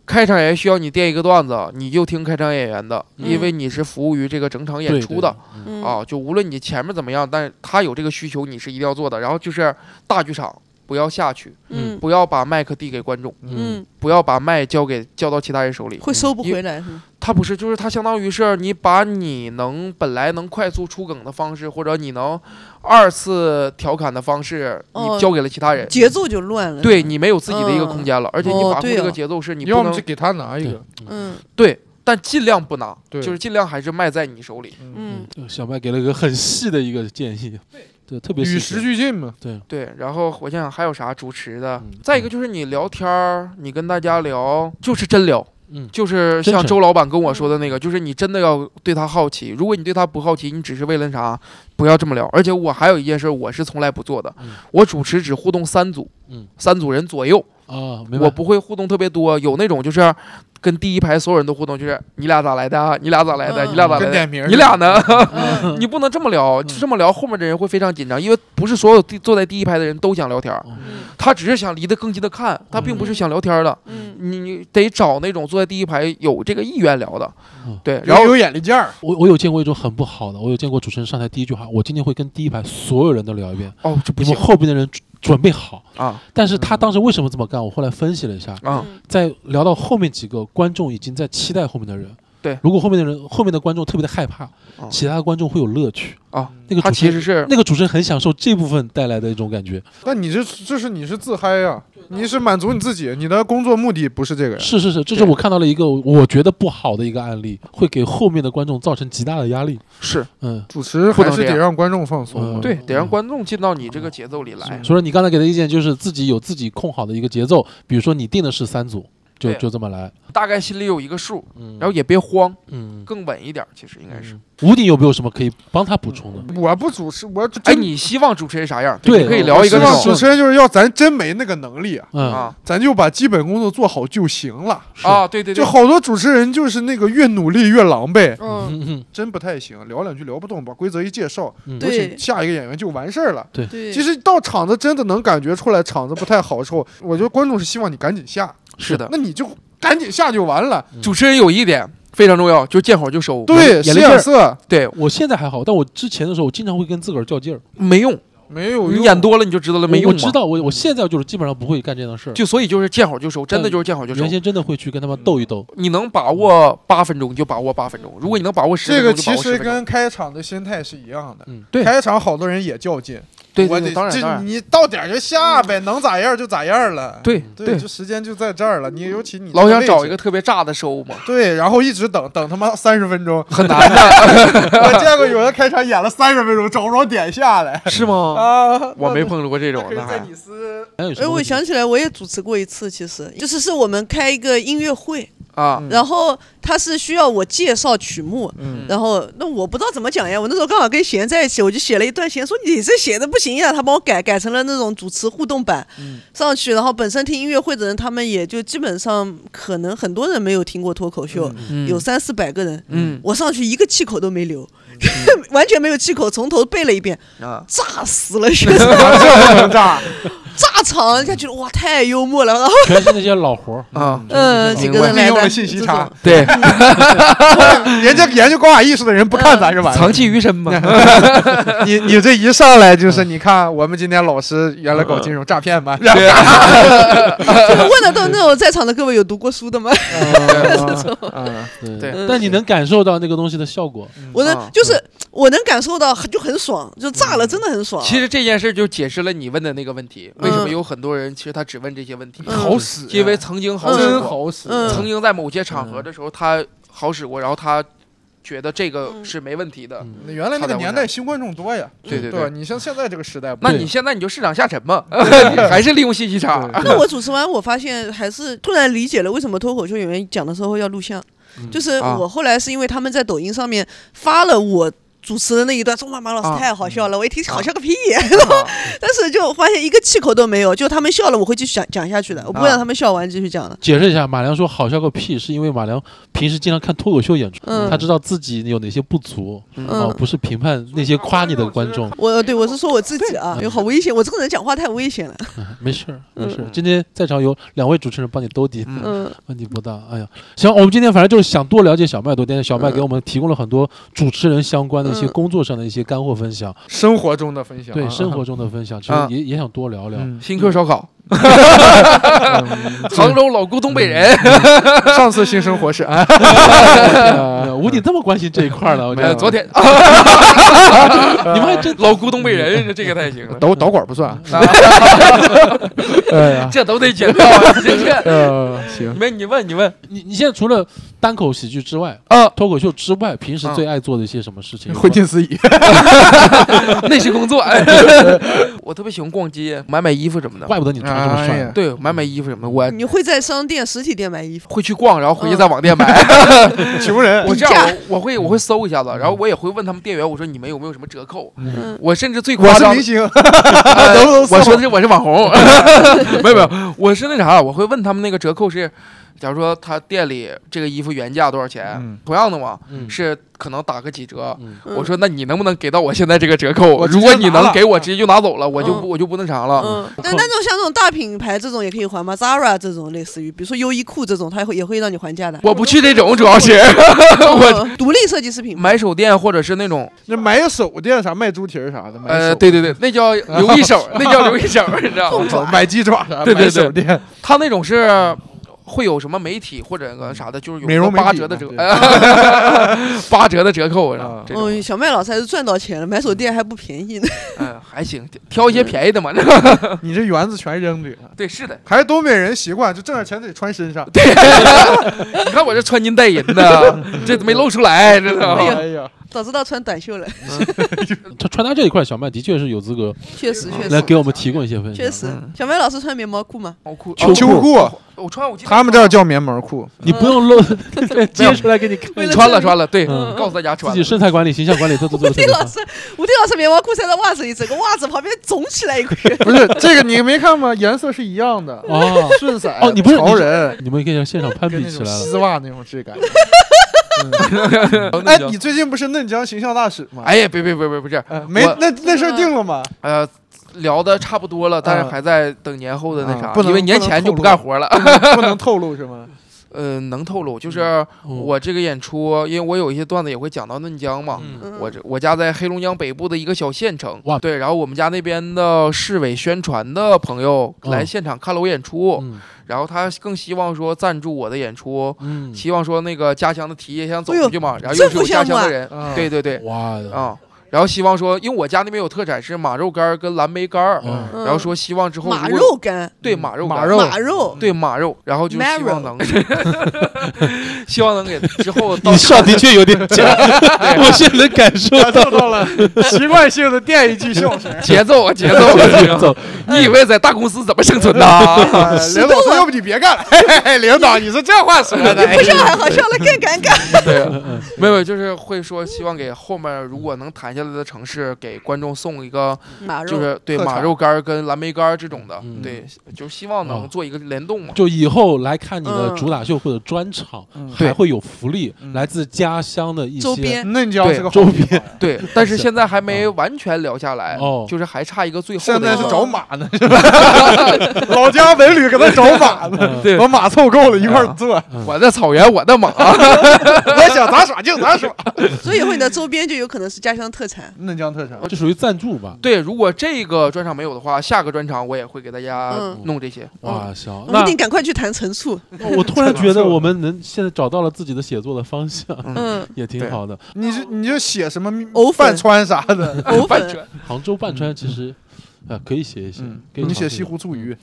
开场演员需要你垫一个段子，你就听开场演员的，
嗯
因为你是服务于这个整场演
对
出的。，
对
嗯
啊，就无论你前面怎么样，但是他有这个需求，你是一定要做的。然后就是大剧场，不要下去，
嗯
不要把麦克递给观众，
嗯
嗯，
不要把麦交给交到其他人手里。
会收不
因
回来是吗？
他不是，就是他相当于是你把你能本来能快速出梗的方式，或者你能二次调侃的方式，
哦
你交给了其他人。
节奏就乱了。
呃对
是吧，
你没有自己的一个空间了，而且你
哦
把控
对
这个
哦
节奏是你
要
不
么
能
就给他拿一
对
个，
嗯
对，但尽量不拿，
对
就是尽量还是麦在你手里。
嗯，
嗯，小麦给了一个很细的一个建议，对，特别
与
细
时
致
俱进嘛。
对，
对，然后我想想还有啥主持的
嗯，
再一个就是你聊天儿，你跟大家聊就是真聊，
嗯，
就是
真
像
诚
周老板跟
嗯
我说的那个，就是你真的要对他好奇。如果你对他不好奇，你只是为了啥，不要这么聊。而且我还有一件事，我是从来不做的
嗯，
我主持只互动三组
嗯，
三组人左右，
啊，明白
我不会互动特别多。有那种就是跟第一排所有人都互动，就是你俩咋来的啊？你俩咋来的？
嗯
你俩咋来
跟
的？
点名儿似
你
的，
俩呢？
嗯
你不能这么聊，就这么聊，后面的人会非常紧张，因为不是所有地坐在第一排的人都想聊天儿，
嗯
他只是想离得更近的看，
嗯
他并不是想聊天儿 <laughs> 的。
嗯
你你得找那种坐在第一排有这个意愿聊的
嗯，
对，
人
然后
有眼力见儿，
我我有见过一种很不好的，我有见过主持人上台第一句话，我今天会跟第一排所有人都聊一遍，
哦这不
你
行
们后边的人准准备好。
啊
但是他当时为什么这么干？我后来分析了一下，
啊，
嗯
在聊到后面几个观众已经在期待后面的人，
对
如果后面的人后面的观众特别的害怕
哦，
其他的观众会有乐趣
哦
那个
他
主持
其
人
实是
那个主持人很享受这部分带来的一种感觉，
那你这这是你是自嗨呀、你是满足你自己，你的工作目的不是这个呀。
是是是，这是
对
我看到了一个我觉得不好的一个案例，会给后面的观众造成极大的压力。
是
嗯，
主持
不能
还是
这样
得让观众放松嘛
嗯
对，得让观众进到你这个节奏里来。
所以说你刚才给的意见就是自己有自己控好的一个节奏，比如说你定的是三组，就
对
就这么来。
大概心里有一个数，
嗯，
然后也别慌，
嗯，
更稳一点儿。其实应该是，
嗯吴鼎有没有什么可以帮他补充的？
我不主持，我
哎，
真
你希望主持人啥样？
对
你可以聊一个
希
这
望
种
主持人就是要咱真没那个能力啊，
嗯
啊
咱就把基本工作做好就行了。
是
啊，对对对
就，好多主持人就是那个越努力越狼狈，
嗯，
嗯嗯
真不太行。聊两句聊不动，把规则一介绍，
嗯，
我
对
请下一个演员就完事儿了。
对，
其实到场子真的能感觉出来场子不太好的时候，我觉得观众是希望你赶紧下，
是的。
那你就赶紧下就完了。
主持人有一点非常重要，就是见好就收。
对，啊
眼
使
力劲儿
眼色
对，
我现在还好，但我之前的时候，我经常会跟自个儿较劲儿。
没用，
没有
你
用
演多了你就知道了，没
我
用
我知
嘛。
道，我我现在就是基本上不会干这样的事儿。
就所以就是见好就收，真的就是见好就收
原。先真的会去跟他们斗一斗。
你能把握八分钟你就把握八分钟，如果你能把握十
这
分
个
钟就把
其
握十
实
分钟。
跟开场的心态是一样的。
嗯，
对
开场好多人也较劲，
对对
我得嗯
对，当然
这
当然，嗯
你到点儿就下呗，能咋样就咋样了。
对
对，就时间就在这儿了。你尤其你
老
这
想
位
找
置
一个特别炸的收
<laughs>
嘛，，
对，然后一直等等他妈三十分钟
很难的，
<laughs> 我见过有人开场演了三十分钟，找不着点下来
是吗？
啊。
哦我没
那
碰着过这种
那可
的，
以在
还
你 <laughs> 司
哎，有什
哎，
么
我
问题
想起来，我也主持过一次，其实就是是我们开一个音乐会，
啊，
然后他是需要我介绍曲目，
嗯
然后那我不知道怎么讲呀，我那时候刚好跟贤在一起，我就写了一段贤说你这写的不行呀，他帮我改改成了那种主持互动版、上去，然后本身听音乐会的人，他们也就基本上可能很多人没有听过脱口秀，
嗯
有三四百个人，
嗯
我上去一个气口都没留， <laughs> 完全没有气口，从头背了一遍，
啊，。
炸死了学生，
能 <laughs> 炸，
炸场，人家觉得哇太幽默了，然后
全是那些老活儿
啊，
嗯
明
几
白
个人
利
来
用
的
了信息差，
对，
人 <laughs> 家研究高雅艺术的人不看咱就完了
藏。器于身嘛，
你你这一上来就是，
嗯
你看我们今天老师原来搞金融诈骗嘛，然后
这种，问的都是那种在场的各位有读过书的吗？
嗯嗯
对
对
但你能感受到那个东西的效果。
我
啊
呢，就是我能感受到就很爽，就炸了，真的很爽。
其实这件事就解释了你问的那个问题，为什么
嗯
有很多人其实他只问这些问题，
嗯
好使啊，
因为曾经好使
真
过，
好使，
嗯
曾经在某些场合的时候他好使过，然后他觉得这个
嗯
是没问题的。
嗯
原来那个年代新观众多呀，
嗯对啊对
对吧，你像现在这个时代不，
那
对
你现在你就市场下沉嘛，还是利用信息差？
对
那我主持完，我发现还是突然理解了为什么脱口秀演员讲的时候要录像，
嗯
就是
啊
我后来是因为他们在抖音上面发了我。主持的那一段说：“妈妈老
啊
师太好笑了。”我一听好笑个屁，
啊
<laughs> 但是就发现一个气口都没有。就他们笑了，我会继续讲讲下去的，我不会
啊
让他们笑完继续讲的。
解释一下，马良说好笑个屁，是因为马良平时经常看脱口秀演出，
嗯
他知道自己有哪些不足，啊，
嗯，
不是评判那些夸你的观众，
我对我是说我自己啊，
对
有好危险，我这个人讲话太危险了。
<laughs> 没事儿，没事儿
嗯。
今天在场有两位主持人帮你兜底，
嗯
嗯，
问题不大。哎呀，行，我们今天反正就是想多了解小麦多点，小麦给我们提供了很多主持人相关的一
嗯
些工作上的一些干货分享，
生活中的分享啊，
对生活中的分享，其实
啊
也也想
<laughs>
多聊聊。
嗯。
新客烧烤， <laughs> 杭州老姑东北人，
<laughs> 上次新生活是啊，
呃吴迪这么关心这一块儿了，我觉
呃
得
昨 <laughs> 天
你们还
<laughs>
真
老姑东北人，这个太行了，
导导管不算啊，
啊
<laughs>
哎呀，
这都得剪掉啊，这这。
呃，行，
<laughs> 你问，你问，你 <laughs> 问
你你现在除了单口喜剧之外，
啊，
脱口秀之外，平时
啊
最爱做的一些什么事情？
<laughs> 会进
<laughs>
司仪，
那是 <laughs> 工作。我特别喜欢逛街，买买衣服什么的。
怪不得你穿这么
哎
帅
呀。
对，买买衣服什么的，我
嗯你会在商店、实体店买衣服？
会去逛，然后回去在网 <laughs> 店买。
穷人，
<laughs> 我这
比
样
价，
我我会我会搜一下子，
嗯
然后我也会问他们店员，我说你们有没有什么折扣？
嗯，
我甚至最
<laughs> 我
夸
是
张 <laughs>
明，星，哎
呃
能不能搜
我说的是我是网
<laughs>
红，没有没有，我是那啥，我会问他们那个折扣是，假如说他店里这个衣服原价多少钱
嗯，
同样的嘛，
嗯
是可能打个几折，
嗯
嗯
我说，那你能不能给到我现在这个折扣？
我直接
如果你
拿
能
了
给我，直接就拿走了，我就
嗯
不我就不那啥了。
嗯，但那种像这种大品牌这种也可以还吗？Zara 这种类似于，比如说优衣库这种，它也会也会让你还价的。
我不去这种，主要是 <laughs> 我
嗯独立设计师品
<laughs>
牌，
买手店或者是那种
那买个手电啥，卖猪蹄儿啥的，买
呃，
手
对对对，那叫留一手，那叫留一手，你知道吗？
<laughs> 手买鸡爪啥，
对对
买手电，
他那种是会有什么媒体或者个啥的，就是有
美容
个八
媒体
折的
嘛
折
对，
呃 <laughs> 八折的折扣，然后
啊
这种
嗯，小麦老师还是赚到钱了，买手店还不便宜呢。 <laughs>
嗯还行，挑一些便宜的嘛。
你这园子全扔里了。
<laughs> 对，是的，
还是东北人习惯，就挣点钱得穿身上。
<laughs> 你看我这穿金戴银
<laughs>
的，这没露出来，这都。
哎呀，
早知道穿短袖了，
穿穿搭这一块，小麦的确是有资格
确实确
来
实
给我们提供一些分享。
确实
嗯。
小麦老师穿棉毛裤吗？
毛裤
秋
啊
秋裤，
我穿，我记得
他们这儿叫棉毛
<laughs>
裤。
你不用露
嗯
<laughs> 接出来给你看
为
一
了
下，
穿了穿了，对，
嗯
告诉大家
自
穿
己
了。
身材管理、形象管理都都做的
吴
特
迪
别
老 <laughs>
好。
师，吴迪老师棉毛裤塞在袜子里，整个袜子旁边肿起来一块。
不是 <laughs> 这个你没看吗？颜色是一样的，
哦，
顺色
哦你不是
潮人，
你们可以让现场攀
跟
比
那
起
种
来了。
丝袜那种质感。
那
哎，
叫
你最近不是嫩江形象大使吗？
哎呀，别别别别不是，
哎，没
我
那那事儿定了 <laughs> 吗？
呃，聊的差不多了，但是
嗯
还在等年后的那啥，
啊不能
因为年前就不干活了。
不能透露是吗？
呃，能透露，就是
嗯
我这个演出，因为我有一些段子也会讲到嫩江嘛。
嗯
嗯
我这我家在黑龙江北部的一个小县城
哇，
对，然后我们家那边的市委宣传的朋友
嗯
来现场看了我演出，
嗯
然后他更希望说赞助我的演出，
嗯，
希望说那个家乡的体液想走
哎呦
出去嘛，然后又是
政
我
府项
家乡
目啊
的人，
嗯
啊
对对对，
哇的，
啊、然后希望说，因为我家那边有特产是马肉干儿跟蓝莓干儿，
嗯
嗯
然后说希望之后
马
如果
肉干，
对马肉干
马
儿
肉
马肉，
对马肉，然后就希望
Marrow
能 <laughs> 希望能给之
<laughs>
后到
你笑的确有点假，我现在能感受
感受到了习惯性的垫一句笑声。
节奏啊节奏啊，
到走。
你以为在大公司怎么生存的？
哎领导说：“要不你别干了。 <laughs> 嘿嘿嘿”领导，你是这话说
<laughs> 哎
的。哎
不笑还好笑了更尴尬。
对，啊没有就是会说希望给后面如果能谈下来的城市给观众送一个
马肉，
就是对
特
马
产
肉干儿跟蓝莓干儿这种的
嗯，
对，就是希望
哦
能做一个联
<laughs>
动嘛。
就以后来看你的
嗯
主打秀或者专场，
嗯
还会有福利，
嗯
来自家乡的一些
周边
<laughs> <laughs> 嫩江是个好
周
地方
边
<laughs> 呀
对，但是
是
现在还没完全聊下来，
哦
就是还差一个最后的
现
一个。
在是
哦
找马呢，是 <laughs> 吧？老家文旅搁那找马呢，
嗯
对
啊把马凑够了一块儿做。 <laughs>
<laughs>
我的草原，我的马，
我想咋耍耍劲咱耍，
所以以后你的周边就有可能是家乡特产。
嫩江特产。
这属于赞助吧？
对，如果这个专场没有的话，下个专场我也会给大家
嗯
弄这些。
哦
哇，行，
我们
那
一定赶快去谈陈醋。
我突
<laughs>
然觉得我们能现在找到了自己的写作的方向，
嗯，
也挺好的。
你就你就写什么
藕粉
饭川啥的，
<laughs>
藕
饭
粉
圈，
杭州半
嗯
川其实。啊，可以写一写，
<laughs>
可以
你
尝试
嗯写西湖醋鱼，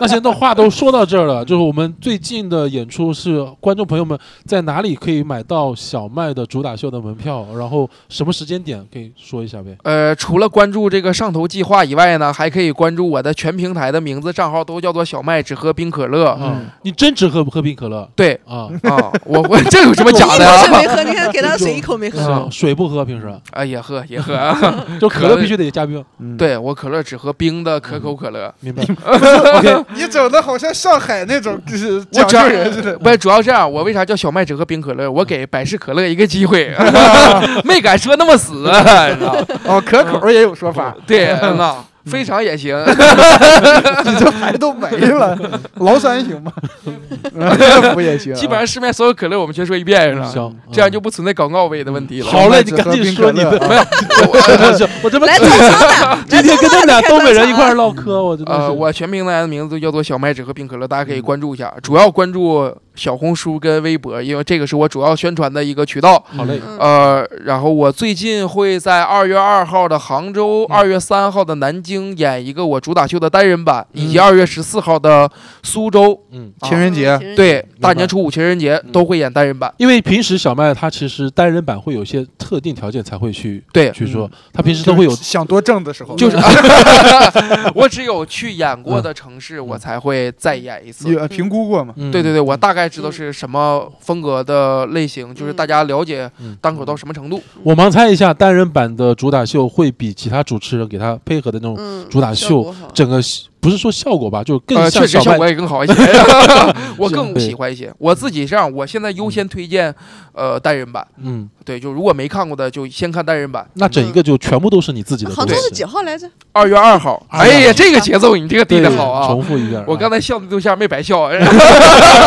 那现在话都说到这儿了，就是我们最近的演出是观众朋友们在哪里可以买到小麦的主打秀的门票，然后什么时间点可以说一下呗？
呃，除了关注这个上头计划以外呢，还可以关注我的全平台的名字账号，都叫做小麦只喝冰可乐。
嗯
啊，你真只喝不喝冰可乐
<laughs> 对
啊？
啊，我我 <laughs> 这有什么
一口
假的
<laughs>
水没
呀？
喝，你看给他水一口没喝。
是水不喝，平时
啊，也喝也喝啊！
就可乐必须得加冰，
<laughs>
嗯
对我可乐只喝冰的可口可乐。
明白？OK，
你整的好像上海那种就是
我
讲
主
究
要
人似的。
不是主要这样，我为啥叫小麦只喝冰可乐？我给百事可乐一个机会，没敢说那么死，啊你知道吗
哦，可口也有说法，
对，嗯呐，非常也行。
你 <laughs> 这牌都没了，崂山行吗？嗯不也行啊，
基本上市面所有可乐我们全说一遍，是吧？
行，
这样
嗯
就不存在广告位的问题了。
好嘞，你
只喝
赶紧
冰
说
可
你
乐
的，
没有，
<laughs>
<laughs>
我这么
来，早上的，
今天跟他们俩
来
东北人一块
开
儿唠嗑，我真的
啊
嗯
呃，
是
我全平台的名字叫做小麦只喝冰可乐，大家可以关注一下，主要关注小红书跟微博，因为这个是我主要宣传的一个渠道。
好嘞，
嗯
呃，然后我最近会在二月二号的杭州、
嗯
二月三号的南京演一个我主打秀的单人版，以及二月十四号的苏州。
嗯。
啊
情人节，
对，大
明白嗯
年初五情人节都会演单人版。
因为平时小麦他其实单人版会有一些特定条件才会去
对，嗯
去说，他平时都会有
就是想多挣的时候，
就是啊我只有去演过的城市，我才会再演一次
你。呃评估过吗？
嗯
对对对，我大概知道是什么风格的类型，就是大家了解
嗯
单口到什么程度。
我盲猜一下，单人版的主打秀会比其他主持人给他配合的那种
嗯，
主打
效
秀，
果好
整个不是说效果吧，就更
呃，
像
确实
小
效
麦
果也更好一
<laughs>
些，我更喜欢一些。我自己这样，我现在优先推荐呃单人版。
嗯，
对，就如果没看过的，就先看单人版。
那整一个就全部都是你自己的
杭
东
州呃是
西
几。号
<laughs>
来着？
二月二号，
哎
哎
呀
呀，这个节奏你这个定的好啊！
重复一嗯遍啊。
我刚才笑的对象没白笑，啊
<laughs>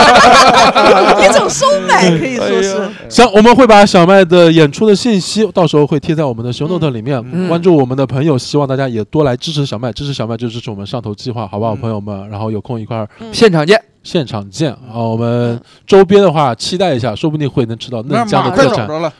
一种收买
嗯
可以说
哎
是。
哎行，我们会把小麦的演出的信息到时候会贴在我们的 show note 里面，
嗯
关注我们的朋友，希望大家也多来支持小麦，支持小麦就支持我们上头计划，好不好，
嗯
朋友们？然后有空一块儿
现场见。
现场见啊！我们周边的话，期待一下，说不定会能吃到
那
嫩江
马
的
快
特
找
产。
着了，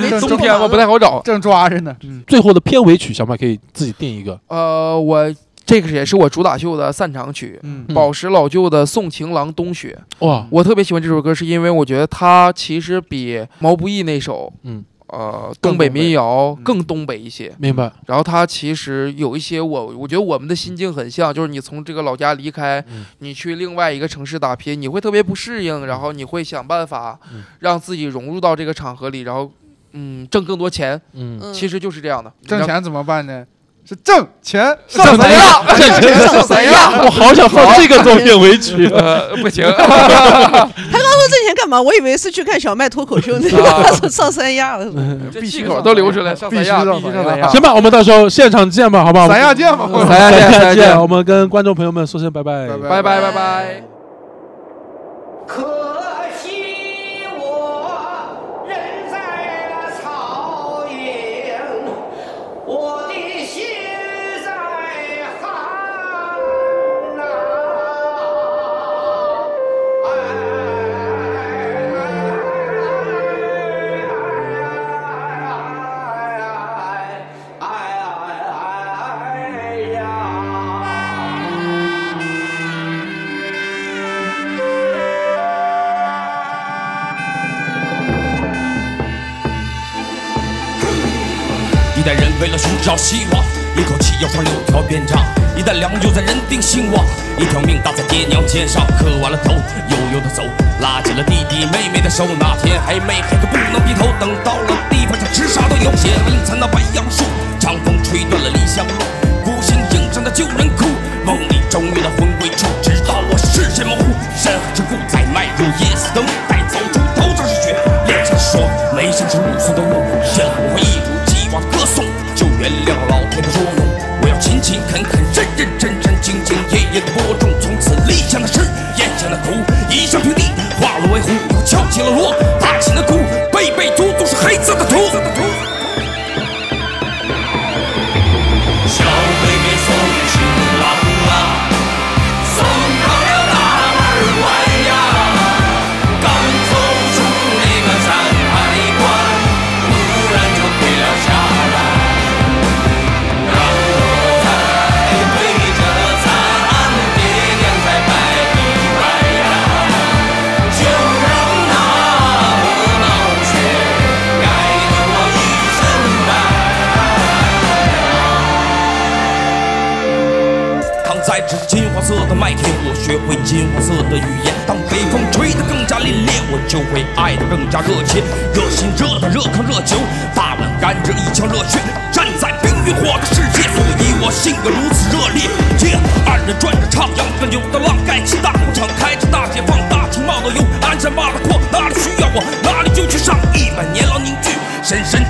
没
正
中
冬天
嘛
我不太好找。
正抓着呢。
最后的片尾曲，小麦可以自己定一个。
呃，我这个也是我主打秀的散场曲。
嗯
嗯
宝石老舅的《送情郎冬雪》，
哇，
我特别喜欢这首歌，是因为我觉得它其实比毛不易那首，
嗯，
呃，
更
东北
东北
民谣
嗯
更东北一些。
明白。
然后它其实有一些我，我觉得我们的心境很像，就是你从这个老家离开，
嗯
你去另外一个城市打拼，你会特别不适应，然后你会想办法
嗯
让自己融入到这个场合里，然后嗯挣更多钱，
嗯，
嗯
其实就是这样的。
挣
然后
钱怎么办呢？是挣钱上
上
谁
谁
呀？
呀？
这这
上谁呀？
我好想放这个做片尾曲。
<laughs> 呃，不行， <laughs>
说挣钱干嘛？我以为是去看小麦脱口秀呢，
啊
他说 <laughs> 上山压了。
这
必须
气
上
口都流出来，上
必须
三亚，
上
必须
三
上三
亚
亚。
行吧，我们到时候现场见吧，好不好？
咱呀见吧，
咱呀见
咱
咱
呀
呀
见，
见
我们跟观众朋友们说声拜拜。
拜拜
拜拜拜拜。
可惜我人在那草原，我的心在汉呐。哎哎哎哎哎呀！
一代人为了寻找希望，一口气要上六条边章；一担粮油在人定兴旺，一条命搭在爹娘肩上。磕完了头，悠悠的走，拉起了弟弟妹妹的手。那天还没黑，可不能低头。等到了地方上，吃啥都有。血淋残的白杨树，长风吹断了理想路。孤身影上的旧人哭，梦里终于的魂归处。直到我视线模糊，山河之故再迈入夜色的雾，再走出头上是雪，脸上是霜，眉上是雾，送的路，任我会一如既往的歌颂，就原谅老天的捉弄。我要勤勤恳恳、认认真真、兢兢业业的播种，从此立下了誓，咽下了苦，一上平地，化落为虎，又翘起了锣，大起了鼓，背叛带着金黄色的麦田，我学会金黄色的语言。当北风吹得更加凛冽，我就会爱得更加热切。热心热的热炕热酒，大碗甘蔗一腔热血，站在冰与火的世界，所以我性格如此热烈。耶，二人转着唱，扬着牛的浪，盖起大工厂，开着大解放，大情冒的油，鞍山挖的矿，哪里需要我，哪里就去上。一百年老凝聚，深深啊